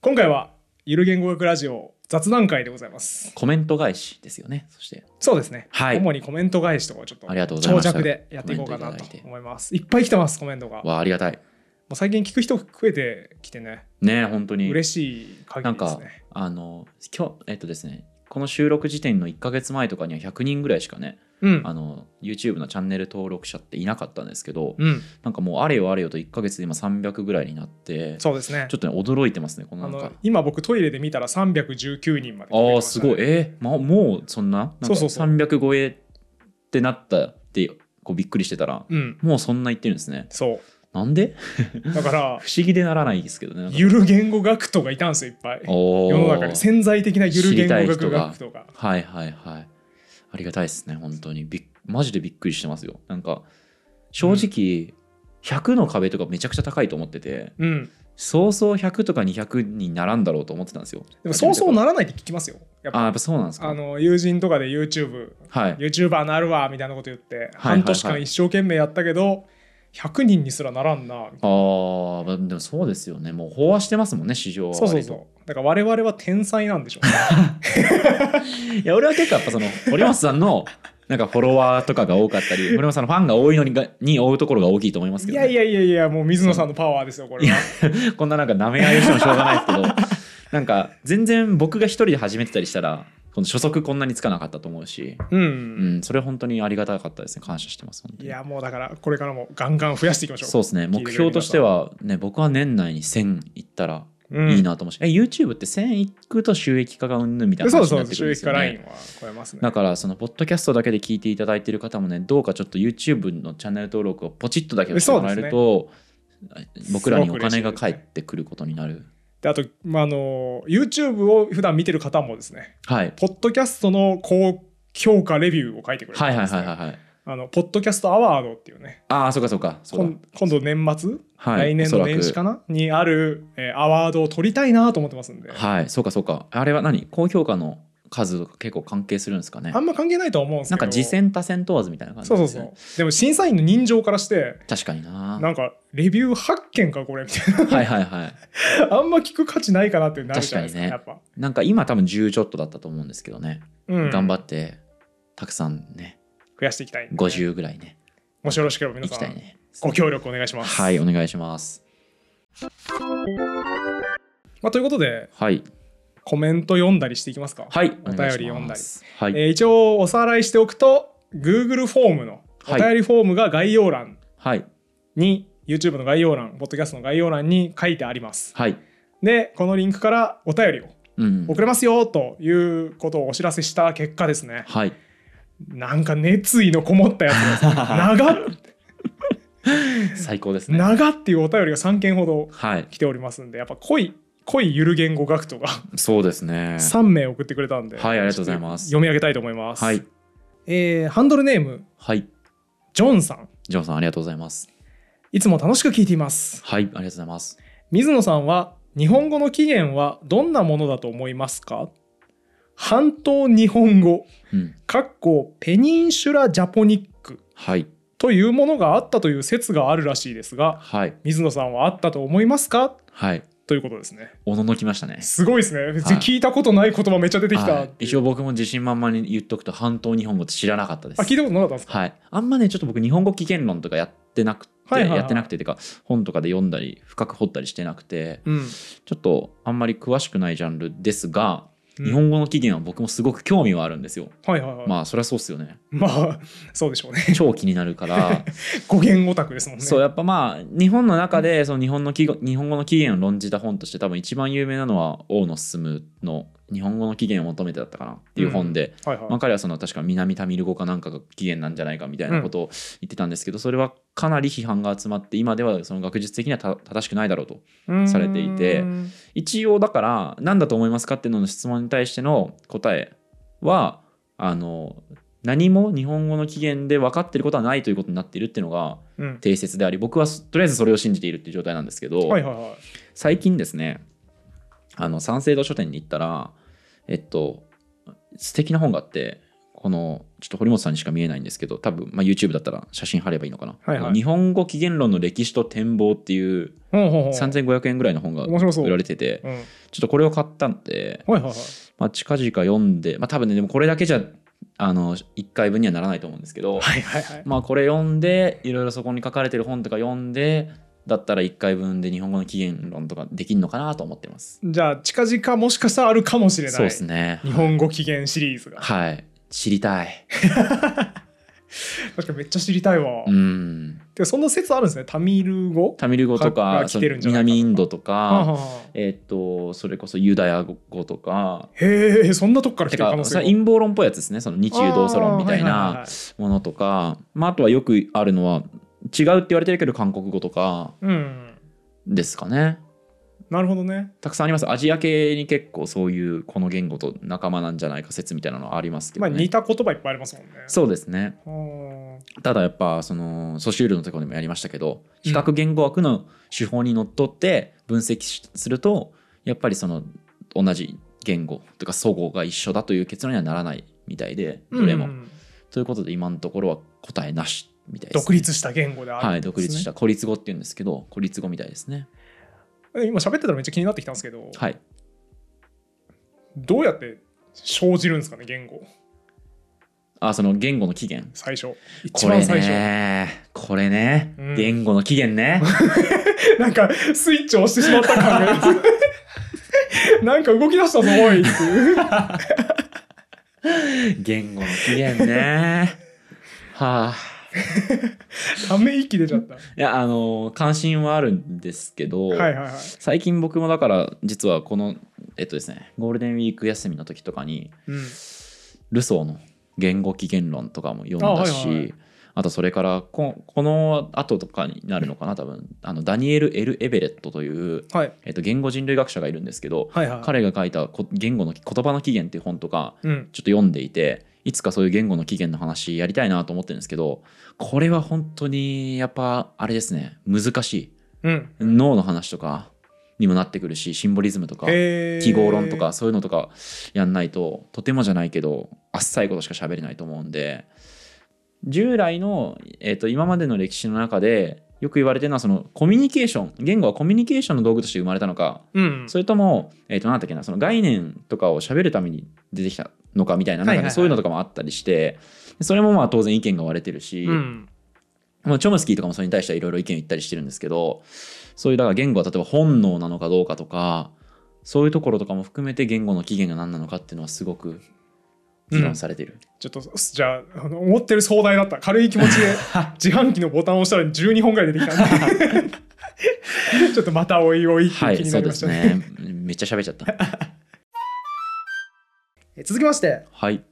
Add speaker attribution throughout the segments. Speaker 1: 今回はゆる言語学ラジオ雑談会でございます
Speaker 2: コメント返しですよね。そして、
Speaker 1: そうですね、
Speaker 2: はい
Speaker 1: 主にコメント返しとかをちょっと
Speaker 2: ありがとうございました
Speaker 1: 長尺でやっていこうかなと
Speaker 2: コメントいただいて
Speaker 1: 思いますいっぱい来てますコメントがも
Speaker 2: わあ、ありがたい。
Speaker 1: う最近聞く人増えてきてね
Speaker 2: ねえ、本当に。
Speaker 1: 嬉しい限
Speaker 2: なん
Speaker 1: りです
Speaker 2: か
Speaker 1: ね、
Speaker 2: あの、今日、えっとですね、この収録時点の1ヶ月前とかには100人ぐらいしかね、
Speaker 1: うん
Speaker 2: あの、YouTube のチャンネル登録者っていなかったんですけど、
Speaker 1: うん
Speaker 2: なんかもうあれよあれよと1ヶ月で今300ぐらいになって、ち
Speaker 1: そ
Speaker 2: ょ
Speaker 1: うですね
Speaker 2: っとね、驚いてますね、この
Speaker 1: あ
Speaker 2: なんか
Speaker 1: の。今僕トイレで見たら319人まで来て
Speaker 2: あ
Speaker 1: くれ
Speaker 2: ー
Speaker 1: まし
Speaker 2: す
Speaker 1: たね
Speaker 2: ごい。えーま、もうそんななんか
Speaker 1: そうそうそう
Speaker 2: 300超えってなったって、こうびっくりしてたら、
Speaker 1: うん
Speaker 2: もうそんな言ってるんですね。
Speaker 1: そ
Speaker 2: なんで
Speaker 1: うだから
Speaker 2: 不思議でならないですけどね。なんか
Speaker 1: ゆる言語学徒がいたんですよいっぱい
Speaker 2: おー
Speaker 1: 世の中に潜在的なゆる言語学学徒が
Speaker 2: はいはいはい。ありがたいですね、本当に。びっマジでびっくりしてますよ。なんか、正直、100の壁とかめちゃくちゃ高いと思ってて、
Speaker 1: うん
Speaker 2: そうそう100とか200にならんだろうと思ってたんですよ。
Speaker 1: でもそうそう
Speaker 2: な
Speaker 1: ならないって聞きますよやっ
Speaker 2: あ
Speaker 1: ぱ
Speaker 2: やっぱそうなんです
Speaker 1: あ
Speaker 2: か。
Speaker 1: の友人とかで YouTube
Speaker 2: はい。
Speaker 1: YouTuber なるわみたいなこと言って
Speaker 2: はい
Speaker 1: 半年間一生懸命やったけど100人にすらならんなみたい
Speaker 2: あーまあ、でもそうですよね。もう飽和してますもんね、市場は
Speaker 1: な
Speaker 2: 割
Speaker 1: そ
Speaker 2: と。
Speaker 1: うそうそうだから我々は天才なんでしょうね
Speaker 2: いや、俺は結構やっぱ その、堀本さんの、なんかフォロワーとかが多かったり、堀本さんのファンが多いのにが、に追うところが大きいと思いますけ
Speaker 1: い
Speaker 2: ど、
Speaker 1: や
Speaker 2: ね。
Speaker 1: いやいやいやもう水野さんのパワーですよこれは
Speaker 2: こんななんか舐め合いをしてもしょうがないですけど、なんか全然僕が一人で始めてたりしたら、この初速こんなにつかなかったと思うし、
Speaker 1: う
Speaker 2: うんん、それ本当にありがたかったですね。感謝してます、本当
Speaker 1: い
Speaker 2: に。
Speaker 1: やもうだからこれからもガンガン増やしていきましょう
Speaker 2: そうですね、
Speaker 1: 聞いてくれ
Speaker 2: 目
Speaker 1: る
Speaker 2: 標としては、ね、僕は年内に1000いったら
Speaker 1: うん
Speaker 2: いいなと思うし、え、YouTube って1000いくと収益化がうんぬんみたいな
Speaker 1: そう
Speaker 2: 話に
Speaker 1: そ
Speaker 2: な
Speaker 1: う
Speaker 2: ってくるん
Speaker 1: 収
Speaker 2: で
Speaker 1: 益
Speaker 2: す
Speaker 1: 化
Speaker 2: よ
Speaker 1: ライ
Speaker 2: ね。
Speaker 1: ンは超えますね
Speaker 2: だから、その、ポッドキャストだけで聞いていただいている方もね、どうかちょっと YouTube のチャンネル登録をポチッとだけ押してもらえると、僕らにお金が返ってくることになる。
Speaker 1: であと、まあ、あの YouTube を普段見てる方もですね
Speaker 2: はい。
Speaker 1: ポッドキャストの高評価レビューを書いてくれる
Speaker 2: はい
Speaker 1: ん
Speaker 2: は
Speaker 1: で
Speaker 2: い
Speaker 1: すね
Speaker 2: はいはいはい。
Speaker 1: あのポッドキャストアワードっていうね
Speaker 2: ああ、そうかそうか。そうだ
Speaker 1: 今今度年末、
Speaker 2: は
Speaker 1: 来
Speaker 2: い、
Speaker 1: 年の年
Speaker 2: お
Speaker 1: 始
Speaker 2: そ
Speaker 1: からなにある、えーアワードを取りたいなと思ってますんで、
Speaker 2: くはい、そうかそうか。あれは何高評価の数とか結構関係するんですかね
Speaker 1: あ。んま関係ないとは思うんです
Speaker 2: な
Speaker 1: けど
Speaker 2: んか次戦多戦問わずみたいな感じ
Speaker 1: そうそう
Speaker 2: です
Speaker 1: そ
Speaker 2: ね
Speaker 1: うでも審査員の人情からして
Speaker 2: 確かにな。
Speaker 1: なんかレビュー8件かこれみたい
Speaker 2: はいはいはい。
Speaker 1: な あんま聞く価値ないかなってなるじゃないですか
Speaker 2: 確かにね
Speaker 1: やっぱ、
Speaker 2: なんか今多分10ちょっとだったと思うんですけどね。
Speaker 1: うん、
Speaker 2: 頑張
Speaker 1: って
Speaker 2: って、たくさんね、
Speaker 1: 増やしていきたいんでね、
Speaker 2: 50ぐらいね、
Speaker 1: もしよろしければ
Speaker 2: 行
Speaker 1: 皆
Speaker 2: き
Speaker 1: さ
Speaker 2: たい
Speaker 1: ん、
Speaker 2: ね。
Speaker 1: ご協力お願いします、
Speaker 2: はい、お願いします。
Speaker 1: まあ、ということで
Speaker 2: はい。
Speaker 1: コメント読んだりしていきますか
Speaker 2: はい。
Speaker 1: お便り読んだり
Speaker 2: り。はい。
Speaker 1: えー一応おさらいしておくと Google フォームのお便りフォームが概要欄
Speaker 2: はい。
Speaker 1: に YouTube の概要欄、ポッドキャストの概要欄に書いてあります。
Speaker 2: はい。
Speaker 1: で、このリンクからお便りを
Speaker 2: うん。
Speaker 1: 送れますよということをお知らせした結果ですね、
Speaker 2: はい。
Speaker 1: なんか熱意のこもったやつ が長っ、
Speaker 2: 最高ですね。
Speaker 1: 長っっていうお便りが3件ほど
Speaker 2: はい。
Speaker 1: 来ておりますんで、やっぱ濃い、濃いゆる言語学徒 が
Speaker 2: そうですね。
Speaker 1: 3名送ってくれたんで、
Speaker 2: はいありがとうございます
Speaker 1: ちょっ読み上げたいと思います。
Speaker 2: はい。
Speaker 1: えーハンドルネーム、
Speaker 2: はい。
Speaker 1: ジョンさん。
Speaker 2: ジョンさん、ありがとうございます。
Speaker 1: いつも楽しく聞いています。
Speaker 2: はい。ありがとうございます。
Speaker 1: 水野さんは日本語の起源はどんなものだと思いますか半島日本語
Speaker 2: うん。
Speaker 1: かっこペニンシュラ・ジャポニック
Speaker 2: はい。
Speaker 1: というものがあったという説があるらしいですが
Speaker 2: はい。
Speaker 1: 水野さんはあったと思いますか
Speaker 2: はい。
Speaker 1: ということですね
Speaker 2: おののきましたね。
Speaker 1: すごいですね別に
Speaker 2: はい
Speaker 1: 聞いたことない言葉めっちゃ出てきた、
Speaker 2: はい一応僕も自信満々に言っとくと、半島日本語って知らなかったです。
Speaker 1: あ聞いたことなかったんですか
Speaker 2: はい。あんまね、ちょっと僕、日本語危険論とかやってなくて、
Speaker 1: はいはいはい
Speaker 2: やってなくて、てか、本とかで読んだり、深く掘ったりしてなくて、
Speaker 1: うん、
Speaker 2: ちょっとあんまり詳しくないジャンルですが、
Speaker 1: うん
Speaker 2: 日本語の起源は僕もすごく興味はあるんですよ。
Speaker 1: はいはいはいまあ、
Speaker 2: まあ、そりゃそうっすよね。
Speaker 1: そうでしょうね
Speaker 2: 超気になるから。
Speaker 1: 語源オタクですもんね
Speaker 2: そうやっぱまあ日本の中でその日本のきご日本語の起源を論じた本として多分一番有名なのは大野進の「日本語の起源を求めて」だったかなっていう本で、
Speaker 1: はいはい、
Speaker 2: まあ、彼はその確か南タミル語かなんかが起源なんじゃないかみたいなことを言ってたんですけど、それはかなり批判が集まって今ではその学術的にはた正しくないだろうと
Speaker 1: うん
Speaker 2: されていて一応だから何だと思いますかっていうのの質問に対しての答えはあの何も日本語の起源で分かってることはないということになっているっていうのが
Speaker 1: うん
Speaker 2: 定説であり僕はそとりあえずそれを信じているっていう状態なんですけど、
Speaker 1: はいはいはい
Speaker 2: 最近ですねあの三省堂書店に行ったらえっと素敵な本があってここのちょっと堀本さんにしか見えないんですけど多分、まあ、YouTube だったら写真貼ればいいのかな、
Speaker 1: はいはい
Speaker 2: あの日本語起源論の歴史と展望っていう
Speaker 1: ほうほうほう
Speaker 2: 3500円ぐらいの本が
Speaker 1: 面白そう
Speaker 2: 売られてて
Speaker 1: うんはい
Speaker 2: ちょっとこれを買ったんで、
Speaker 1: はいはい
Speaker 2: まあ、近々読んで、まあ、多分ねでもこれだけじゃあの1回分にはならないと思うんですけど、
Speaker 1: はいはいはい
Speaker 2: まあ、これ読んでいろいろそこに書かれてる本とか読んでだったら1回分で日本語の起源論とかできるのかなと思ってます。
Speaker 1: じゃあ近々もしかしたらあるかもしれない
Speaker 2: そうですね
Speaker 1: 日本語起源シリーズが
Speaker 2: はい知りたい。
Speaker 1: 確かにめっちゃ知りたいわ、
Speaker 2: うん
Speaker 1: でそんな説あるんですねタミル語
Speaker 2: タミル語と
Speaker 1: が
Speaker 2: か
Speaker 1: 来てるんじゃないかな
Speaker 2: 南インドと
Speaker 1: はあ
Speaker 2: か、
Speaker 1: はあはあ
Speaker 2: えっとそれこそユダヤ語とか
Speaker 1: へえそんなとこから来
Speaker 2: て
Speaker 1: てる
Speaker 2: か
Speaker 1: 可能
Speaker 2: それ
Speaker 1: 性
Speaker 2: は陰謀論っぽいやつですねその日中同祖論みたい
Speaker 1: あーはいはいはい
Speaker 2: な
Speaker 1: はい
Speaker 2: ものとかまあ、あとはよくあるのは違うって言われてるけど韓国語とか
Speaker 1: うん
Speaker 2: ですかね
Speaker 1: なるほどね
Speaker 2: たくさんありますアジア系に結構そういうこの言語と仲間なんじゃないか説みたいなのはありますけ
Speaker 1: ま
Speaker 2: ど、
Speaker 1: あ
Speaker 2: ね
Speaker 1: 似た言葉いっぱいありますもんね
Speaker 2: そうですね
Speaker 1: はあ
Speaker 2: ただやっぱそのソシュールのところでもやりましたけど
Speaker 1: うん
Speaker 2: 比較言語学の手法にのっとって分析しするとやっぱりその同じ言語とか祖語が一緒だという結論にはならないみたいでどれも。
Speaker 1: うん
Speaker 2: ということで今のところは答えなしみたいです、
Speaker 1: 独立した言語である
Speaker 2: はい
Speaker 1: んですね
Speaker 2: 独立した孤立語っていうんですけど孤立語みたいですね
Speaker 1: 今喋ってたらめっちゃ気になってきたんですけど、
Speaker 2: はい
Speaker 1: どうやって生じるんですかね言語
Speaker 2: あその言語の起源
Speaker 1: 最初一
Speaker 2: これ
Speaker 1: 番最初、
Speaker 2: ねこれね、
Speaker 1: うん
Speaker 2: 言語の起源 ね
Speaker 1: なんかスイッチを押してしまった感 がなんか動き出したぞおいっていう
Speaker 2: 言語の起 源ねはあ
Speaker 1: ため息出ちゃったはい
Speaker 2: やあの関心はあるんですけど、
Speaker 1: いはいはい
Speaker 2: 最近僕もだから実はこのえっとですねゴールデンウィーク休みの時とかに
Speaker 1: うん
Speaker 2: ルソーの言語起源論とかも読んだし
Speaker 1: あ
Speaker 2: あ,、
Speaker 1: はいはいはい
Speaker 2: とそれからここの後とかになるのかな多分あのダニエル・エル・エベレットという、
Speaker 1: はい
Speaker 2: えっと、言語人類学者がいるんですけど、
Speaker 1: はいはい
Speaker 2: 彼が書いたこ言語の言葉の起源っていう本とか
Speaker 1: うん
Speaker 2: ちょっと読んでいていつかそういう言語の起源の話やりたいなと思ってるんですけどこれは本当にやっぱあれですね難しい
Speaker 1: うん
Speaker 2: 脳の話とかにもなってくるしシンボリズムとか
Speaker 1: へー
Speaker 2: 記号論とかそういうのとかやんないととてもじゃないけどあっさいことしか喋れないと思うんで従来の、えー、と今までの歴史の中でよく言われてるのはそのコミュニケーション言語はコミュニケーションの道具として生まれたのか
Speaker 1: うん
Speaker 2: それとも、えー、となんだっけなその概念とかを喋るために出てきたのかみたいな
Speaker 1: はいは
Speaker 2: なん
Speaker 1: いは
Speaker 2: か
Speaker 1: い
Speaker 2: ねそういうのとかもあったりしてそれもまあ当然意見が割れてるし、
Speaker 1: うん
Speaker 2: まあ、チョムスキーとかもそれに対してはいろいろ意見言ったりしてるんですけどそういうだから言語は例えば本能なのかどうかとかそういうところとかも含めて言語の起源が何なのかっていうのはすごく議論されてる、
Speaker 1: ちょっとじゃああの思ってる壮大だった軽い気持ち で自販機のボタンを押したら12本ぐらい出てきたんで ちょっとまたおいおいって
Speaker 2: は
Speaker 1: いう気
Speaker 2: い
Speaker 1: に
Speaker 2: そ
Speaker 1: な
Speaker 2: う
Speaker 1: り
Speaker 2: で
Speaker 1: まし
Speaker 2: す
Speaker 1: たね,、
Speaker 2: ねめっちゃ喋っちゃった
Speaker 1: え続きまして
Speaker 2: はい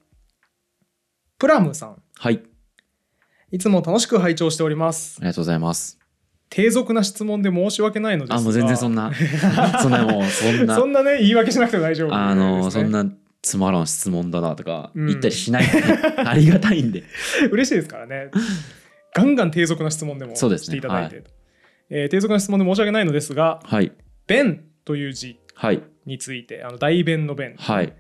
Speaker 1: プラムさん
Speaker 2: はいあり
Speaker 1: いつも楽しく拝聴しております
Speaker 2: がとうございます
Speaker 1: 低俗な質問で申し訳ないのですが
Speaker 2: あもう全然そん
Speaker 1: な
Speaker 2: なそんなもうそんな
Speaker 1: そんなね言い訳しなくても大丈夫です、ね、
Speaker 2: あの、そんなつまらん質問だなとか
Speaker 1: うん
Speaker 2: 言ったり しない、ありがたいんで
Speaker 1: 嬉しいですからね。ガンガン低俗な質問でも
Speaker 2: そうですね
Speaker 1: していただいて、えー低俗な質問で申し訳ないのですが
Speaker 2: はい
Speaker 1: 「弁」という字
Speaker 2: はい
Speaker 1: についてあの代弁の弁、
Speaker 2: はい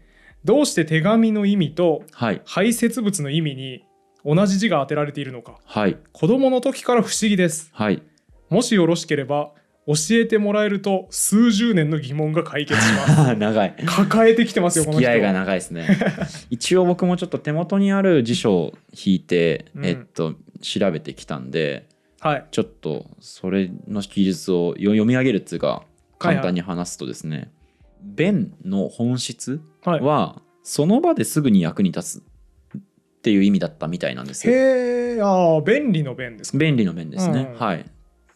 Speaker 1: どうして手紙の意味と
Speaker 2: はい
Speaker 1: 排泄物の意味に同じ字が当てられているのか
Speaker 2: はい
Speaker 1: 子供の時から不思議です
Speaker 2: はい
Speaker 1: もしよろしければ教えてもらえると数十年の疑問が解決しま す
Speaker 2: 長い
Speaker 1: 抱えてきてますよこ
Speaker 2: 付
Speaker 1: の人
Speaker 2: き合いが長い ですね一応僕もちょっと手元にある辞書を引いて、
Speaker 1: うん
Speaker 2: えっと調べてきたんで
Speaker 1: はい
Speaker 2: ちょっとそれの記述をよ読み上げるっていうか簡単に話すとですね、弁の本質
Speaker 1: はい
Speaker 2: はその場ですぐに役に立つっていう意味だったみたいなんですよ
Speaker 1: へえああ便利の便ですか
Speaker 2: 便利の面ですね、
Speaker 1: うん
Speaker 2: はい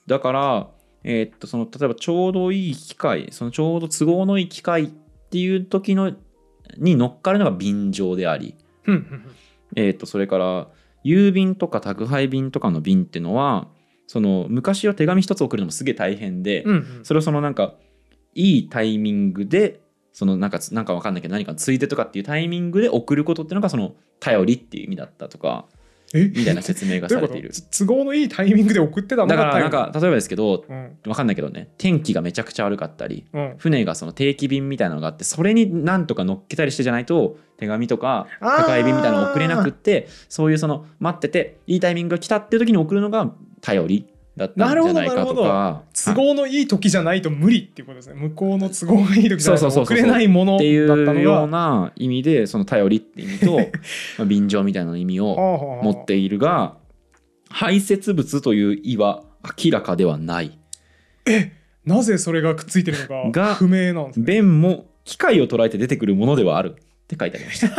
Speaker 2: だから、えーっとその例えばちょうどいい機会そのちょうど都合のいい機会っていう時のに乗っかるのが便乗であり
Speaker 1: ふんふんふん
Speaker 2: えー、とそれから郵便とか宅配便とかの便っていうのはその昔は手紙一つ送るのもすげえ大変で、
Speaker 1: うんうん
Speaker 2: それをそのなんかいいタイミングでそのなんかなんかわかんないけど何かのついでとかっていうタイミングで送ることっていうのがその頼りっていう意味だったとか
Speaker 1: え
Speaker 2: み たいな説明が
Speaker 1: ど
Speaker 2: さ
Speaker 1: ういう
Speaker 2: れ
Speaker 1: こ
Speaker 2: ている
Speaker 1: とつ都合のいいタイミングで送ってた
Speaker 2: だ
Speaker 1: の
Speaker 2: か
Speaker 1: だった
Speaker 2: ら
Speaker 1: よ
Speaker 2: なんか例えばですけど
Speaker 1: うん
Speaker 2: わかんないけどね天気がめちゃくちゃ悪かったり
Speaker 1: うん
Speaker 2: 船がその定期便みたいなのがあってそれになんとか乗っけたりしてじゃないと手紙とか
Speaker 1: あー
Speaker 2: 宅配便みたいなの送れなくってそういうその待ってていいタイミングが来たっていう時に送るのが頼りだったんじゃない
Speaker 1: な
Speaker 2: か
Speaker 1: る
Speaker 2: と
Speaker 1: ほどな
Speaker 2: か
Speaker 1: 都合のいい時じゃないと無理っていうことですね向こうの都合がいい時じゃない
Speaker 2: そ
Speaker 1: と
Speaker 2: うそうそうそ
Speaker 1: 送
Speaker 2: う
Speaker 1: れないもの
Speaker 2: っ
Speaker 1: だ
Speaker 2: てい
Speaker 1: った
Speaker 2: う
Speaker 1: のが
Speaker 2: ような意味でその頼りって意 味とまあ便乗みたいな意味を持
Speaker 1: 持
Speaker 2: っているが排泄物という意は明らかではない
Speaker 1: なぜそれがくっついてる の
Speaker 2: が
Speaker 1: か不明なんですね
Speaker 2: 便も機械を捉えて出てくるものではあるって書いてありました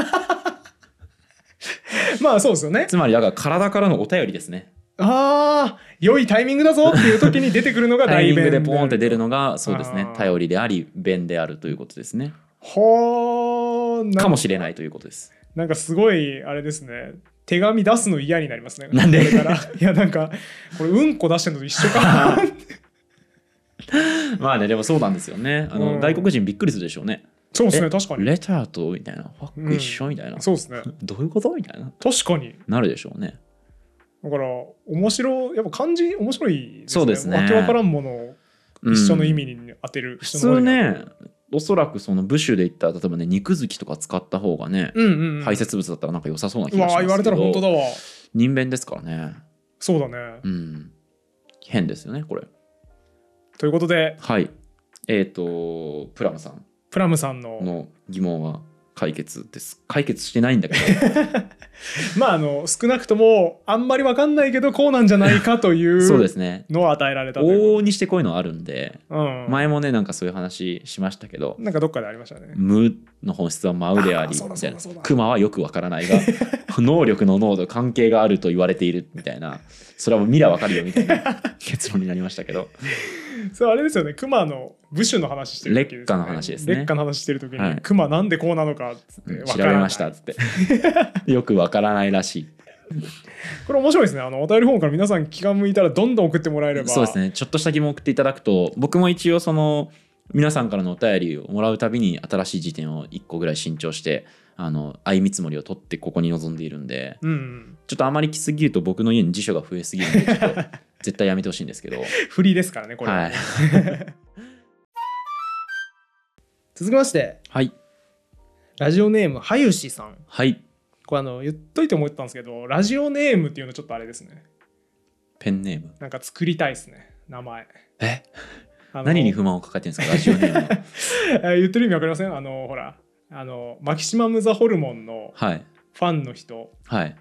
Speaker 1: まあそうですよね
Speaker 2: つまりだから体からのお便りですね
Speaker 1: ああ良いタイミングだぞっていう時に出てくるのが
Speaker 2: タ
Speaker 1: 代
Speaker 2: イミン
Speaker 1: 弁
Speaker 2: グでポーンって出るのがそうですね
Speaker 1: あー
Speaker 2: 頼りであり便であるということですね
Speaker 1: ほー
Speaker 2: か
Speaker 1: な
Speaker 2: もしれないということです
Speaker 1: なんかすごいあれですね手紙出すの嫌になりますね
Speaker 2: なんで
Speaker 1: これからいやなんかこれうんこ出してるのと一緒か
Speaker 2: まあねでもそうなんですよねあ
Speaker 1: う
Speaker 2: の、
Speaker 1: ん
Speaker 2: 外国人びっくりするでしょうね
Speaker 1: そうです
Speaker 2: え
Speaker 1: ね確かに
Speaker 2: レターとみたいなファック一緒みたいな、
Speaker 1: そうです ね
Speaker 2: どういうことみたいな
Speaker 1: 確かに
Speaker 2: なるでしょうね
Speaker 1: だから面白いやっぱ漢字面白いですね
Speaker 2: そうですね
Speaker 1: わけわからんものを
Speaker 2: うん
Speaker 1: 一緒の意味に当てる
Speaker 2: 普
Speaker 1: 人の
Speaker 2: 通
Speaker 1: 方が
Speaker 2: ねおそらくその部首で言ったら例えばね肉付きとか使った方がね、
Speaker 1: うんうんうん
Speaker 2: 排泄物だったらなんか良さそうな気
Speaker 1: う
Speaker 2: が
Speaker 1: わ
Speaker 2: し
Speaker 1: ー
Speaker 2: ま
Speaker 1: 言われ
Speaker 2: すけど
Speaker 1: たら本当だわ
Speaker 2: 人弁ですからね
Speaker 1: そうだね
Speaker 2: うん変ですよねこれ
Speaker 1: ということで
Speaker 2: はいえっ、とプラムさん
Speaker 1: プラムさんの
Speaker 2: の疑問は解決です解決してないんだけど
Speaker 1: まああの少なくともあんまりわかんないけどこうなんじゃないかとい
Speaker 2: そうで
Speaker 1: う
Speaker 2: すね
Speaker 1: のを与えられたという
Speaker 2: 往
Speaker 1: こ
Speaker 2: 々にしてこういうのあるんで
Speaker 1: とうん、
Speaker 2: 前もねなんかそういう話しましたけど
Speaker 1: なんかどっかでありましたね
Speaker 2: 無の本質は舞うであ
Speaker 1: あー
Speaker 2: り
Speaker 1: そうだ
Speaker 2: みたいな
Speaker 1: そうだそうだ
Speaker 2: 熊はよくわからないが能力の濃度関係があると言われているみたいなそれはもう見りゃわかるよみたいな結論になりましたけど
Speaker 1: そうあれですよね熊の部首の話してる時です、ね、
Speaker 2: 劣化の話ですね
Speaker 1: 劣化の話してる時に、
Speaker 2: はい
Speaker 1: 熊なんでこうなのかっつって
Speaker 2: うん
Speaker 1: わ
Speaker 2: 調
Speaker 1: からない
Speaker 2: べましたっつってよくわからないらしい
Speaker 1: これ面白いですねあのお便りフォームから皆さん気が向いたらどんどん送ってもらえれば
Speaker 2: そうですねちょっとした疑問を送っていただくと僕も一応その皆さんからのお便りをもらうたびに新しい辞典を1個ぐらい新調してあの相見積もりを取ってここに臨んでいるんで
Speaker 1: うんうん
Speaker 2: ちょっとあまり来すぎると僕の家に辞書が増えすぎるんでちょっと絶対やめてほしいんですけど
Speaker 1: フリーですからねこれ、
Speaker 2: はい、
Speaker 1: 続きまして
Speaker 2: はい
Speaker 1: ラジオネームはゆしさん
Speaker 2: はい。
Speaker 1: これあの言っといて思ったんですけどラジオネームっていうのちょっとあれですね
Speaker 2: ペンネーム。
Speaker 1: なんか作りたいですね名前
Speaker 2: え
Speaker 1: あの
Speaker 2: 何に不満を抱えてるんですか、ラジオネームの。
Speaker 1: えー言ってる意味わかりませんあのほらあのマキシマム・ザ・ホルモンの
Speaker 2: はい。
Speaker 1: ファンの人
Speaker 2: はい。